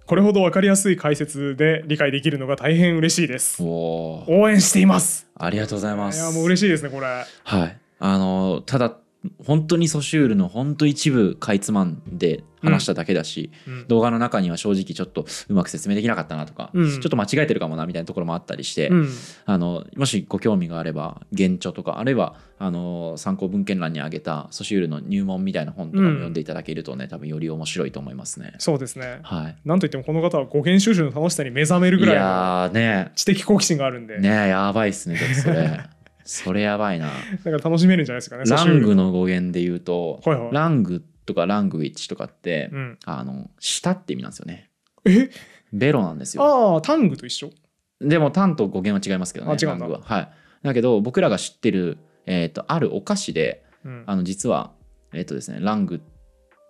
Speaker 1: これほど分かりやすい解説で理解できるのが大変嬉しいです
Speaker 2: おお、
Speaker 1: 応援しています
Speaker 2: ありがとうございます。
Speaker 1: いやもう嬉しいですねこれ
Speaker 2: はい。あの、ただ、本当にソシュールの本当一部かいつまんで話しただけだし、
Speaker 1: うん
Speaker 2: 動画の中には正直ちょっとうまく説明できなかったなとか、
Speaker 1: うん
Speaker 2: ちょっと間違えてるかもなみたいなところもあったりして、
Speaker 1: うん
Speaker 2: あのもしご興味があれば原著とかあるいはあの参考文献欄にあげたソシュールの入門みたいな本とかも
Speaker 1: うん
Speaker 2: 読んでいただけるとね、多分より面白いと思いますね。
Speaker 1: そうですね
Speaker 2: は
Speaker 1: なんといってもこの方は語源収集の楽しさに目覚める
Speaker 2: い、
Speaker 1: ぐ
Speaker 2: い
Speaker 1: らいの
Speaker 2: やーね
Speaker 1: 知的好奇心があるんで、
Speaker 2: ねやばいっすねちょっとそ れそれやばいな。
Speaker 1: だから楽しめるんじゃないですかね
Speaker 2: ラ
Speaker 1: ソシュー
Speaker 2: ン
Speaker 1: ル
Speaker 2: グの語源で言うと、
Speaker 1: はいはい
Speaker 2: ラングとかラングウィッチとかって、
Speaker 1: うん、
Speaker 2: あの舌って意味なんですよね。
Speaker 1: え
Speaker 2: ベロなんですよ。
Speaker 1: ああタングと一緒
Speaker 2: でもタンと語源は違いますけどね。
Speaker 1: あ違うんだ
Speaker 2: タングははい。だけど僕らが知ってる、えー、とあるお菓子で
Speaker 1: うん
Speaker 2: あの実はえっ、とですねラングっ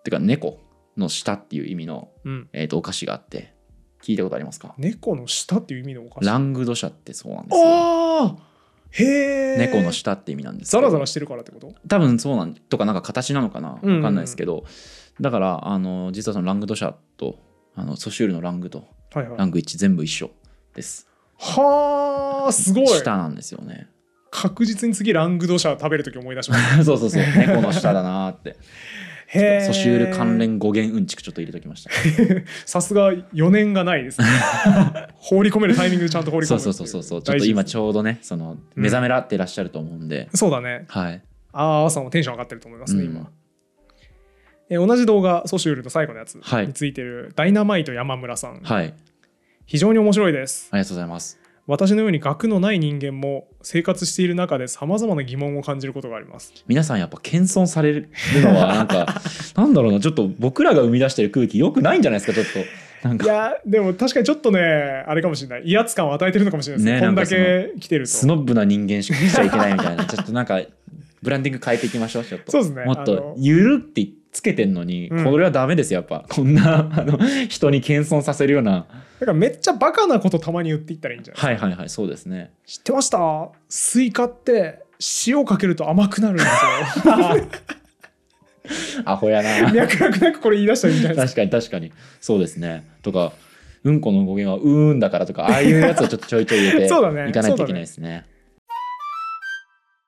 Speaker 2: てか猫の舌っていう意味の、
Speaker 1: うん
Speaker 2: えー、とお菓子があって聞いたことありますか
Speaker 1: 猫の舌っていう意味のお菓子
Speaker 2: ラングドシャってそうなんですよ。
Speaker 1: ああへえ
Speaker 2: 猫の舌って意味なんですけ
Speaker 1: ザ
Speaker 2: ど
Speaker 1: ラザラしてるからってこと
Speaker 2: 多分そうなんとかなんか形なのかなわか
Speaker 1: うんうん
Speaker 2: んないですけど、だからあの実はそのラングドシャとあのソシュールのラングと
Speaker 1: はいは
Speaker 2: ラ
Speaker 1: い
Speaker 2: ングイッチ全部一緒です。
Speaker 1: はあすごい
Speaker 2: 舌なんですよね。
Speaker 1: 確実に次ラングドシャ食べるとき思い出します
Speaker 2: そうそうそう猫の舌だなーって。
Speaker 1: へー
Speaker 2: ソシュール関連語源うんちくちょっと入れときました。
Speaker 1: さすが4年がない ですね放り込めるタイミングでちゃんと放り込
Speaker 2: そ
Speaker 1: む
Speaker 2: う
Speaker 1: ってい
Speaker 2: そ
Speaker 1: う
Speaker 2: そうそうそう。ちょっと今ち
Speaker 1: ょ
Speaker 2: ょうどねその目覚めらってらっしゃると思うんで、
Speaker 1: そうだね
Speaker 2: はい。
Speaker 1: ああ朝もテンション上がってると思いますね、
Speaker 2: うん
Speaker 1: 今えー同じ動画ソシュールの最後のやつ
Speaker 2: はい
Speaker 1: についてる、ダイナマイト山村さん、
Speaker 2: はいあり
Speaker 1: 非常に面白いです
Speaker 2: がとうございます。
Speaker 1: 私のように学のない人間も生活している中でさまざまな疑問を感じることがあります
Speaker 2: 皆さんやっぱ謙遜されるのはな んかなんだろうなちょっと僕らが生み出してる空気良くないんじゃないですかちょっとなん
Speaker 1: い
Speaker 2: か
Speaker 1: やでも確かにちょっとねあれかもしれない威圧感を与えてるのかもしれないですね
Speaker 2: ね
Speaker 1: こんだ
Speaker 2: な
Speaker 1: け来てると
Speaker 2: スノブな人間しかしちゃいけない みたいなちょっとなんかブランディング変えていきましょうちょっと。
Speaker 1: そうですね
Speaker 2: もっ
Speaker 1: あの
Speaker 2: とゆるってつけてんのに、
Speaker 1: うん
Speaker 2: これはダメですよやっぱこんなあの人に謙遜させるような
Speaker 1: だからめっちゃバカなことたまに言っていったらいいんじゃない、
Speaker 2: はいはいはいそうですね
Speaker 1: 知ってましたスイカって塩かけると甘くなるんですよ
Speaker 2: アホやな
Speaker 1: 脈絡なくこれ言い出したらいいんじゃないです
Speaker 2: 確かに確かにそうですねとかうんこの語源はうーんだからとかああいうやつをちょっとちょいちょい入れて
Speaker 1: そうだね
Speaker 2: いかないといけないですね
Speaker 1: か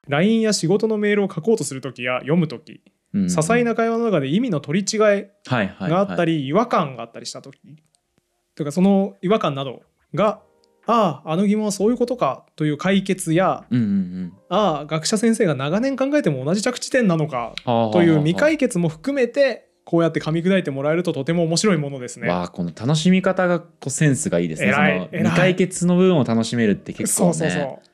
Speaker 1: LINE や仕事のメールを書こうとするときや読むとき、
Speaker 2: うん
Speaker 1: 些細な会話の中で意味の取り違い
Speaker 2: はいはいはい
Speaker 1: があったり、違和感があったりしたときとかその違和感などが「あああの疑問はそういうことか」という解決や
Speaker 2: うんうんうん
Speaker 1: 「ああ学者先生が長年考えても同じ着地点なのか」
Speaker 2: はあはあはあ
Speaker 1: という未解決も含めてこうやって噛み砕いてもらえるととても面白いものですね。
Speaker 2: わあこの楽しみ方がこうセンスがいいですね
Speaker 1: 偉い偉い
Speaker 2: その未解決の部分を楽しめるって結構
Speaker 1: そ
Speaker 2: ね
Speaker 1: うそうそう。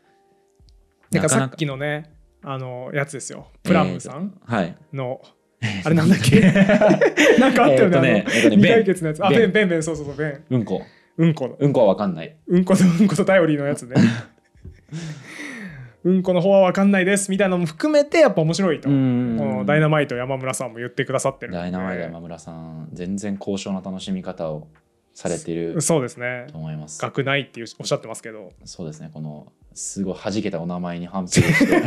Speaker 1: て
Speaker 2: な
Speaker 1: か
Speaker 2: か
Speaker 1: さ
Speaker 2: な
Speaker 1: っ
Speaker 2: か
Speaker 1: きのねあのやつですよプラムさん
Speaker 2: はい
Speaker 1: のあれなんだっ けなんかあったよね,、あ
Speaker 2: えーとねえーと
Speaker 1: の
Speaker 2: ね
Speaker 1: 未解決のやつあ
Speaker 2: ベ
Speaker 1: ベ
Speaker 2: ン
Speaker 1: ンベンベンそうそうそうベン
Speaker 2: うんこ
Speaker 1: うんこの
Speaker 2: うんこは分かんない
Speaker 1: うんことうんこと頼りのや つねうんこの方は分かんないですみたいなのも含めてやっぱ面白いと、このダイナマイト山村さんも言ってくださってるんで
Speaker 2: ダイナマイト山村さん全然高尚な楽しみ方をされてる
Speaker 1: そうですね
Speaker 2: と思います
Speaker 1: 学ないっていうおっしゃってますけど
Speaker 2: そうですねこのすごい弾けたお名前に反 省して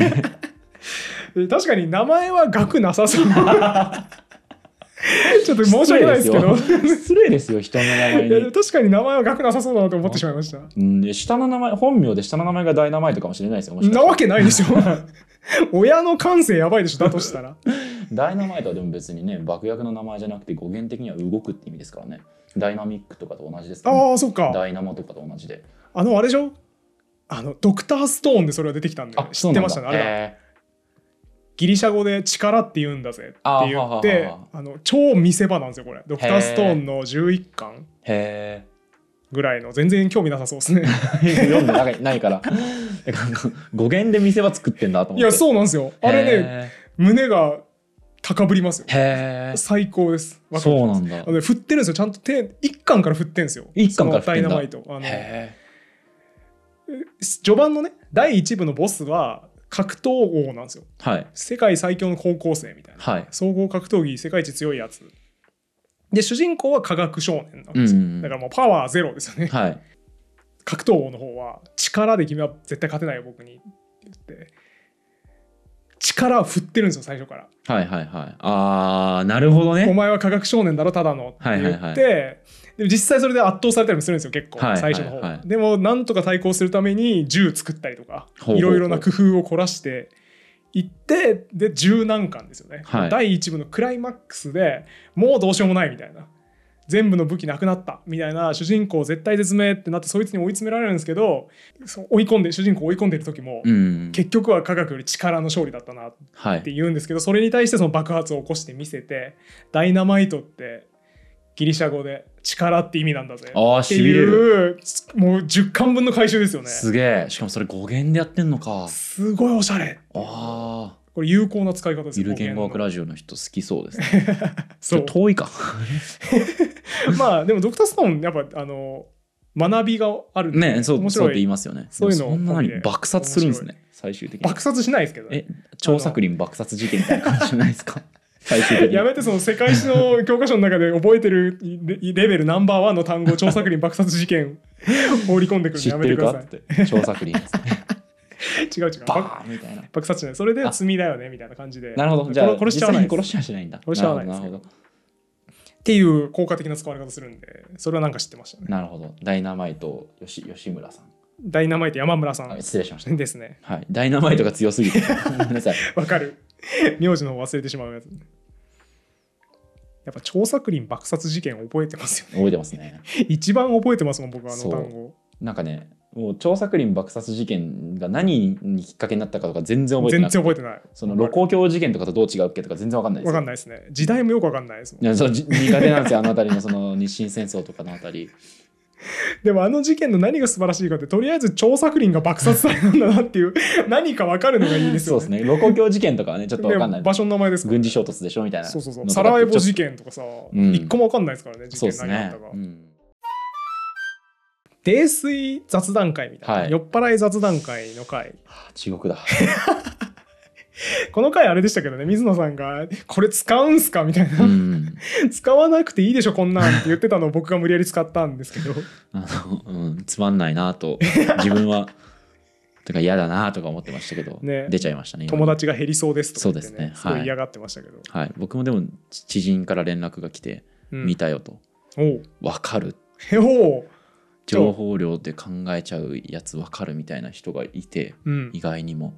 Speaker 1: え確かに名前は学なさ そうちょっと申し訳ないですけど
Speaker 2: 失礼ですよ失礼ですよ人の名前
Speaker 1: いやでも
Speaker 2: に
Speaker 1: 確かに名前は学なさそうだなと思ってしまいました
Speaker 2: うんで下の名前本名で下の名前がダイナマイトかもしれないですよもしかし
Speaker 1: な
Speaker 2: たら
Speaker 1: わけない でしょ親の感性やばいでしょだとしたら
Speaker 2: ダイナマイトはでも別にね爆薬の名前じゃなくて語源的には動くって意味ですからねダイナミックとかと同じですからね
Speaker 1: ああそっか
Speaker 2: ダイナモとかと同じで
Speaker 1: あのあれでしょあのドクターストーンでそれが出てきたんで
Speaker 2: あ
Speaker 1: 知ってましたねあれだ、
Speaker 2: え
Speaker 1: ギリシャ語で力って言うんだぜって言
Speaker 2: あは
Speaker 1: っ
Speaker 2: はは
Speaker 1: て
Speaker 2: は
Speaker 1: あの超見せ場なんですよこれドクターストーンの11巻
Speaker 2: ーへ
Speaker 1: ぐらいの全然興味なさそう ですね
Speaker 2: え読んでないないからえなんか語源で店は作ってんだと思
Speaker 1: い
Speaker 2: って
Speaker 1: やそうなんですよあれね
Speaker 2: ね
Speaker 1: 胸が高ぶりますよ
Speaker 2: へえ
Speaker 1: 最高ですわかる
Speaker 2: そうなんだ
Speaker 1: あのね振ってるんですよちゃんと手一巻から振ってんですよ
Speaker 2: 一巻から振ってんだ
Speaker 1: そのダイナマイトあの
Speaker 2: へ
Speaker 1: 序盤のね第1部のボスは格闘王なんですよ
Speaker 2: ーはい
Speaker 1: 世界最強の高校生みたいな
Speaker 2: はい
Speaker 1: 総合格闘技世界一強いやつで主人公は科学少年なん
Speaker 2: うん
Speaker 1: で
Speaker 2: う
Speaker 1: すよ、
Speaker 2: ん
Speaker 1: だからもうパワーゼロですよね、
Speaker 2: はい
Speaker 1: 格闘王の方は力で君は絶対勝てないよ僕にって言って力を振ってるんですよ最初から
Speaker 2: はいはいはいあーなるほど
Speaker 1: お
Speaker 2: ね
Speaker 1: 前は科学少年だろただのって言って、
Speaker 2: はいはいはい
Speaker 1: でも実際それで圧倒されたりもするんですよ結構、
Speaker 2: はい
Speaker 1: 最初の方、
Speaker 2: はいはい
Speaker 1: でもなんとか対抗するために銃作ったりとか
Speaker 2: ほうほうほう
Speaker 1: いろいろな工夫を凝らしていってで十何巻ですよね、
Speaker 2: はい
Speaker 1: 第1部のクライマックスでもうどうしようもないみたいな全部の武器なくなったみたいな主人公絶対絶命ってなってそいつに追い詰められるんですけどそう追い込んで主人公を追い込んでる時も、
Speaker 2: うん
Speaker 1: 結局は科学より力の勝利だったな
Speaker 2: は
Speaker 1: って
Speaker 2: い
Speaker 1: 言うんですけどそれに対してその爆発を起こして見せてダイナマイトってギリシャ語で力って意味なんだぜ
Speaker 2: あー
Speaker 1: っていうもう10巻分の回収ですよね
Speaker 2: すげえしかもそれ語源でやってんのか
Speaker 1: すごいおしゃれ
Speaker 2: あー
Speaker 1: これ有効な使い方です
Speaker 2: ゆる言語学
Speaker 1: い
Speaker 2: ラジオの人好きそうですねち
Speaker 1: そ
Speaker 2: ょっ
Speaker 1: う
Speaker 2: と遠いか
Speaker 1: まあでもドクターストーンやっぱあの学びがあるんで
Speaker 2: ねそう
Speaker 1: 面
Speaker 2: そう
Speaker 1: 白
Speaker 2: って言い
Speaker 1: い
Speaker 2: ますよね
Speaker 1: そういうの
Speaker 2: でもそんなの
Speaker 1: 込み
Speaker 2: に
Speaker 1: で
Speaker 2: 爆殺するんですね最終的に
Speaker 1: 爆殺しないですけどね
Speaker 2: え張作霖爆殺事件みたいな感じじゃないで すか最終的に
Speaker 1: やめてその世界史の教科書の中で覚えてるレレベルナンバーワンの単語張作霖爆殺事 件放り込んでくるの
Speaker 2: 知
Speaker 1: や
Speaker 2: っ
Speaker 1: めて
Speaker 2: てる
Speaker 1: くだ
Speaker 2: か
Speaker 1: さ
Speaker 2: っ
Speaker 1: い
Speaker 2: て張作 霖ですね
Speaker 1: 違う違う爆
Speaker 2: バーンみたいな
Speaker 1: 爆殺しないそれで罪だよねみたいな感じで
Speaker 2: なるほどじゃあ
Speaker 1: 殺殺しちゃわない
Speaker 2: 実際に殺
Speaker 1: し
Speaker 2: しはしないんだ
Speaker 1: 殺しちゃわないで
Speaker 2: な
Speaker 1: す
Speaker 2: るほど
Speaker 1: っていう効果的な使われ方するんでそれはなんか知ってましたね
Speaker 2: なるほどなるほどダイナマイト吉吉村さん
Speaker 1: ダイナマイト山村さ
Speaker 2: あ
Speaker 1: ん
Speaker 2: 失礼しました
Speaker 1: ですね
Speaker 2: はい、ダイナマイトが強すぎてごめんなさい
Speaker 1: わかる名字の方忘れてしまうやつやっぱ張作霖爆殺事件覚えてますよね
Speaker 2: 覚えてますね
Speaker 1: 一番覚えてますもん僕あの
Speaker 2: そう
Speaker 1: 単語
Speaker 2: なんかねもう張作霖爆殺事件が何にきっかけになったかとか全然覚えて
Speaker 1: 全
Speaker 2: な
Speaker 1: 然
Speaker 2: くて
Speaker 1: 覚えてない
Speaker 2: その露光鏡事件とかとどう違うっけとか全然わかんないで
Speaker 1: わ
Speaker 2: す
Speaker 1: かんないですね時代もよくわかんないですもん
Speaker 2: いやそうじ苦手なんですよあの辺りのその日清戦争とかのあたり
Speaker 1: でもあの事件の何が素晴らしいかってとりあえず張作霖が爆殺されたんだなっていう 何かわかるのが いいです
Speaker 2: そう
Speaker 1: よ
Speaker 2: です
Speaker 1: ね
Speaker 2: ね露光鏡事件とかはねちょっとわかんな
Speaker 1: で
Speaker 2: い
Speaker 1: 場所の名前ですからね
Speaker 2: 軍事衝突でしょみたいな
Speaker 1: そうそうそう
Speaker 2: のと
Speaker 1: サ
Speaker 2: かって
Speaker 1: ラエボ
Speaker 2: ちょ
Speaker 1: 事
Speaker 2: っと
Speaker 1: 件とかさ、
Speaker 2: ん
Speaker 1: 一個も分かんないですからね
Speaker 2: そ
Speaker 1: 事
Speaker 2: うで
Speaker 1: 件
Speaker 2: す
Speaker 1: 何があっ
Speaker 2: ね
Speaker 1: たか、
Speaker 2: うん
Speaker 1: 泥酔雑談会みたいな、
Speaker 2: はい
Speaker 1: 酔っ払い雑談会の会
Speaker 2: はあ地獄だ
Speaker 1: この回あれでしたけどね水野さんが「これ使うんすか?」みたいな、
Speaker 2: うん
Speaker 1: 使わなくていいでしょこんなん」って言ってたのを僕が無理やり使ったんですけど
Speaker 2: あの、うん、つまんないなと自分はとか嫌だなとか思ってましたけど、
Speaker 1: ね
Speaker 2: 出ちゃいましたね今
Speaker 1: 友達が減りそうですとか言って、
Speaker 2: そう
Speaker 1: ね
Speaker 2: ですね
Speaker 1: すご
Speaker 2: はい
Speaker 1: い嫌がってましたけど、
Speaker 2: はい、僕もでも知知人から連絡が来て
Speaker 1: うん
Speaker 2: 見たよと
Speaker 1: おう
Speaker 2: わかる
Speaker 1: へおう
Speaker 2: 情報量で考えちゃうやつわかるみたいな人がいて
Speaker 1: うん
Speaker 2: 意外にも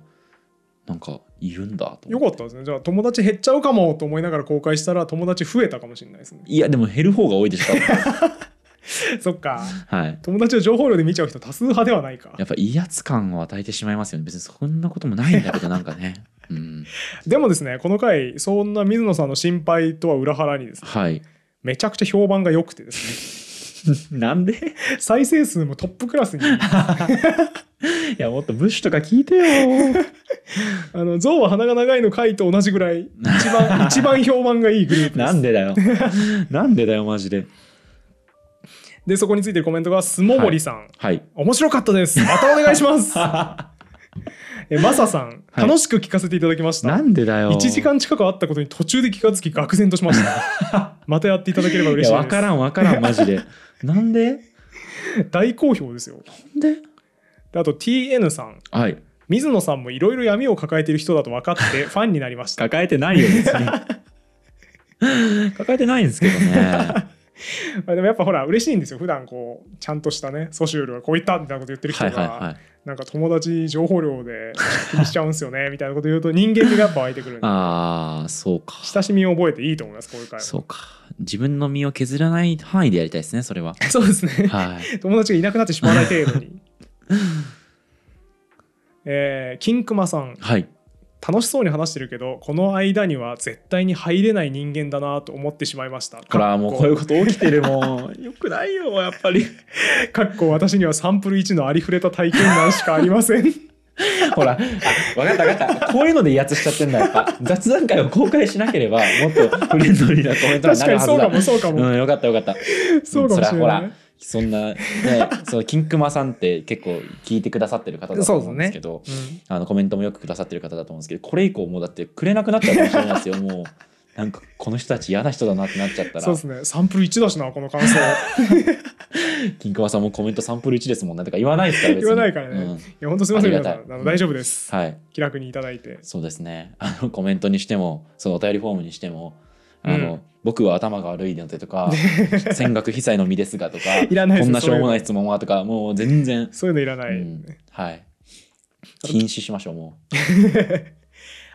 Speaker 2: なんかいるんだと
Speaker 1: よ
Speaker 2: 思
Speaker 1: か
Speaker 2: っ
Speaker 1: ってたですねじゃあ友達減っちゃうかもと思いながら公開したら友達増えたかもしれないですね
Speaker 2: いやでも減る方が多いでしょ 多
Speaker 1: そっか
Speaker 2: 分はい
Speaker 1: 友達を情報量で見ちゃう人多数派ではないか
Speaker 2: やっぱ威圧感を与えてしまいますよね別にそんなこともないんだけどなんかねうん
Speaker 1: でもですねこの回そんな水野さんの心配とは裏腹にですね
Speaker 2: はい
Speaker 1: めちゃくちゃ評判が良くてですね
Speaker 2: なんで
Speaker 1: 再生数もトップクラスに
Speaker 2: いやもっとブッシュとか聞いて よ。
Speaker 1: あの象は鼻が長いの回と同じぐらい一 番一番評判がいいグループで
Speaker 2: なん
Speaker 1: す
Speaker 2: でだよ。なんでだよマジで。
Speaker 1: でそこについてるコメントがすももりさん、
Speaker 2: はい。
Speaker 1: 面白かったですまたお願いします えマサさん
Speaker 2: はい
Speaker 1: 楽しく聞かせていただきました、
Speaker 2: なんでだよ。
Speaker 1: 1時間近く会ったことに途中で気がつき愕然としました またやっていただければ
Speaker 2: い
Speaker 1: 嬉しい
Speaker 2: やわ
Speaker 1: で
Speaker 2: からんわからんマ ジで。なんで？
Speaker 1: す大好評ですよ
Speaker 2: なんで？
Speaker 1: であと TN さん
Speaker 2: はい。
Speaker 1: 水野さんもいろいろ闇を抱えている人だと分かって ファンになりました
Speaker 2: 抱えてないよ 別に。抱えてないんですけど ね。
Speaker 1: まあでもやっぱほら嬉しいんですよ普段こうちゃんとしたねソシュールはこういったみたいなこと言ってる人
Speaker 2: は
Speaker 1: が、
Speaker 2: いはいはい。
Speaker 1: なんか友達情報量で気にしちゃうんすよね みたいなこと言うと人間味がやっぱ湧いてくるんで
Speaker 2: ああそうか。
Speaker 1: 親しみを覚えていいと思いますこういう会話
Speaker 2: そうか。自分の身を削らない範囲でやりたいですねそれは。
Speaker 1: そうですね
Speaker 2: はい。
Speaker 1: 友達がいなくなってしまわない程度 にえー、金熊さん
Speaker 2: はい。
Speaker 1: 楽しそうに話してるけどこの間には絶対に入れない人間だなと思ってしまいました
Speaker 2: ほらもう こういう
Speaker 1: か
Speaker 2: こと起きてるもん。よくないよやっぱり。
Speaker 1: っこかっこ私にはサンプル1のありふれた体験談しかありま せん
Speaker 2: ほら、あわかったわかった。こういうので威圧しちゃってんだ。やっぱ雑談会を公開しなければ、もっとフレンドリーなコメント
Speaker 1: 確
Speaker 2: にな
Speaker 1: かに
Speaker 2: るはず
Speaker 1: そうか
Speaker 2: だ。
Speaker 1: もそうかも、
Speaker 2: うん、よかったよかった。
Speaker 1: そうかもしれ
Speaker 2: そ
Speaker 1: な
Speaker 2: らほ
Speaker 1: い
Speaker 2: らそ んな、ね、そう、キンクマさんって結構聞いてくださってる方だと思うんですけど、
Speaker 1: うん
Speaker 2: あのコメントもよくくださってる方だと思うんですけど、これ以降もうだってくれなくなっちゃうかもしれないですよ。もう、 なんかこの人たち嫌な人だなってなっちゃった
Speaker 1: そう
Speaker 2: ら
Speaker 1: で、すねサンプル1だしなこの感想
Speaker 2: キンクマさんもコメントサンプル1ですもんねとか言わないですから別に。
Speaker 1: 言わないからね、
Speaker 2: うん
Speaker 1: いや本当すみません
Speaker 2: あり
Speaker 1: 皆
Speaker 2: が
Speaker 1: さ
Speaker 2: たい
Speaker 1: んあの大丈夫です、
Speaker 2: はい。
Speaker 1: 気楽にいただいて
Speaker 2: そうですね。あのコメントにしても、そのお便りフォームにしても、あの、
Speaker 1: うん
Speaker 2: 僕は頭が悪いので とか、戦学被災の身ですがとか、
Speaker 1: いらないです
Speaker 2: こんなしょうもない質問はとか、もう全然、
Speaker 1: そういうのいらない、
Speaker 2: うんはい。禁止しましょう、もう。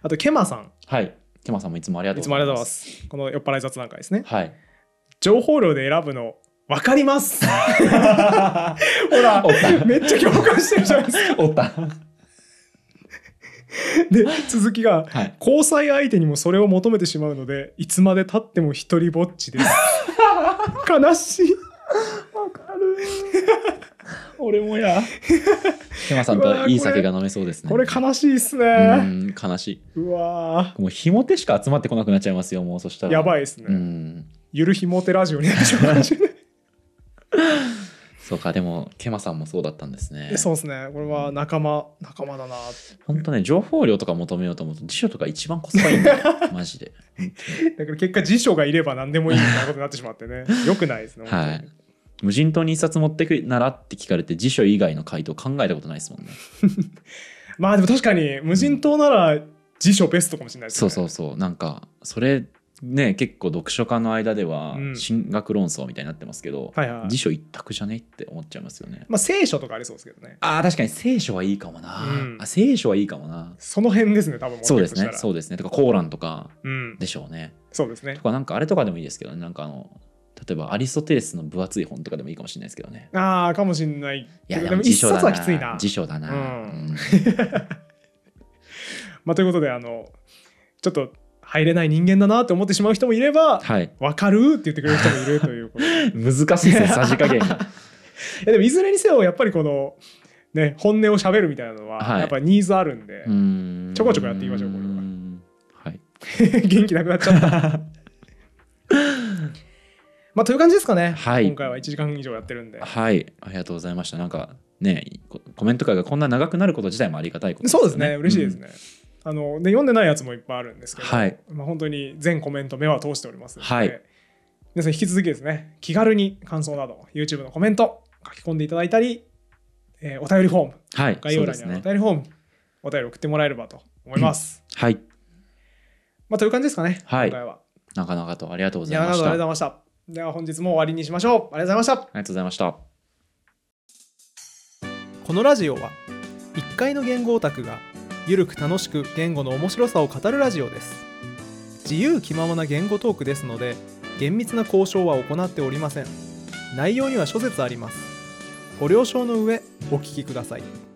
Speaker 1: あとケマさん
Speaker 2: はい。ケマさんもいつもありが
Speaker 1: い
Speaker 2: と
Speaker 1: うつ
Speaker 2: ご
Speaker 1: もあ
Speaker 2: ざ
Speaker 1: り
Speaker 2: い
Speaker 1: がとうござい
Speaker 2: ま。
Speaker 1: ますすこの酔っ払い雑談会ですね
Speaker 2: はい。
Speaker 1: 情報量で選ぶの分かります ほら
Speaker 2: おった
Speaker 1: めっちゃ共感してるじゃないですか
Speaker 2: おった。
Speaker 1: で続きが
Speaker 2: はい。
Speaker 1: 交際相手にもそれを求めてしまうのでいつまでたっても一人ぼっ ちです悲しい
Speaker 2: わかる。俺もや。ケマさん
Speaker 1: うわ
Speaker 2: と
Speaker 1: ー
Speaker 2: いい酒が飲めそうですね。
Speaker 1: これ悲しいっす
Speaker 2: う
Speaker 1: ね
Speaker 2: ん、悲し
Speaker 1: うわ
Speaker 2: い。もう、ひも手しか集まってこなくなっちゃいますよ、もう、そした
Speaker 1: ー
Speaker 2: ら。
Speaker 1: や
Speaker 2: い。
Speaker 1: ばいですね、
Speaker 2: うん。
Speaker 1: ゆるひもてラジオになっちゃうかもしれない。
Speaker 2: そうか、でも、ケマさんもそうだったんですね
Speaker 1: そうですねこれは仲間仲間だな
Speaker 2: 本当ね、情報量とか求めようと思うと、辞書とか一番コスパいいんだ よ、マジで。
Speaker 1: だから結果辞書がいれば何でもいいみたいなことになってしまって ねよくないですね本当に
Speaker 2: はい。無人島に一冊持ってくならって聞かれて、辞書以外の回答考えたことないですもんね。
Speaker 1: まあでも確かに無人島なら辞書ベストかもしれないです
Speaker 2: そ
Speaker 1: ね
Speaker 2: うそうそう、なんか、それ、ね、結構読書家の間では
Speaker 1: う、ん
Speaker 2: 進学論争みたいになってますけど、
Speaker 1: はいはい
Speaker 2: 辞書一択じゃねって思っちゃいますよね。
Speaker 1: まあ聖書とかありそうですけどね
Speaker 2: ああ、確かに聖書はいいかもな。
Speaker 1: うん
Speaker 2: あ聖書はいいかもな。
Speaker 1: その辺ですね多分
Speaker 2: そうですね、
Speaker 1: う
Speaker 2: そうですね。とか、コーランとか
Speaker 1: うん
Speaker 2: でしょうね。
Speaker 1: そうですね
Speaker 2: とかなんかあれとかでもいいですけどねなんかあの例えばアリストテレスの分厚い本とかでもいいかもしれないですけどね
Speaker 1: ああかもしれない
Speaker 2: いや
Speaker 1: けどで
Speaker 2: でも
Speaker 1: も一
Speaker 2: 辞書だ
Speaker 1: 冊
Speaker 2: な
Speaker 1: はきついな
Speaker 2: 辞書だな、
Speaker 1: うん
Speaker 2: うん
Speaker 1: まあということであのちょっと入れない人間だなって思ってしまう人もいれば
Speaker 2: はい
Speaker 1: 分かるって言ってくれる人もいるということでい
Speaker 2: 難しいですね さじ 加減が
Speaker 1: やでもいずれにせよやっぱりこのね本音を喋るみたいなのは
Speaker 2: はい
Speaker 1: やっぱニーズあるんで、
Speaker 2: うん
Speaker 1: ちょこちょこやっていきましょうこれは
Speaker 2: うんはい
Speaker 1: 元気なくなっちゃ った。まあという感じですかね、
Speaker 2: はい
Speaker 1: 今回は1時間以上やってるんで
Speaker 2: はいありがとうございましたなんかねこコメント会がこんな長くなること自体もありがたいこと
Speaker 1: そうですね、嬉しいです
Speaker 2: うん
Speaker 1: ね。あので読んでないやつもいっぱいあるんですけど、
Speaker 2: はい
Speaker 1: まあ、本当に全コメント目は通しておりますので、
Speaker 2: はい
Speaker 1: 皆さん引き続きですね、気軽に感想など、YouTube のコメント書き込んでいただいたり、えーお便りフォーム、
Speaker 2: はい
Speaker 1: 概要欄
Speaker 2: そ
Speaker 1: に
Speaker 2: う
Speaker 1: あ
Speaker 2: で
Speaker 1: るお
Speaker 2: すね
Speaker 1: 便りフォーム、お便り送ってもらえればと思います。
Speaker 2: はい
Speaker 1: まあという感じですかね、
Speaker 2: はい
Speaker 1: 今回は。
Speaker 2: なかなかとありがとうご
Speaker 1: い
Speaker 2: ざい
Speaker 1: や
Speaker 2: ま
Speaker 1: なるほ
Speaker 2: し
Speaker 1: ど
Speaker 2: たあ
Speaker 1: ありがとうご
Speaker 2: りがと
Speaker 1: ざいました。では本日も終わりにしましょう。ありがとうございました。
Speaker 2: うございました
Speaker 1: このラジオは1階の言語オタクがゆるく楽しく言語の面白さを語るラジオです自由気ままな言語トークですので厳密な交渉は行っておりません内容には諸説ありますご了承の上お聞きください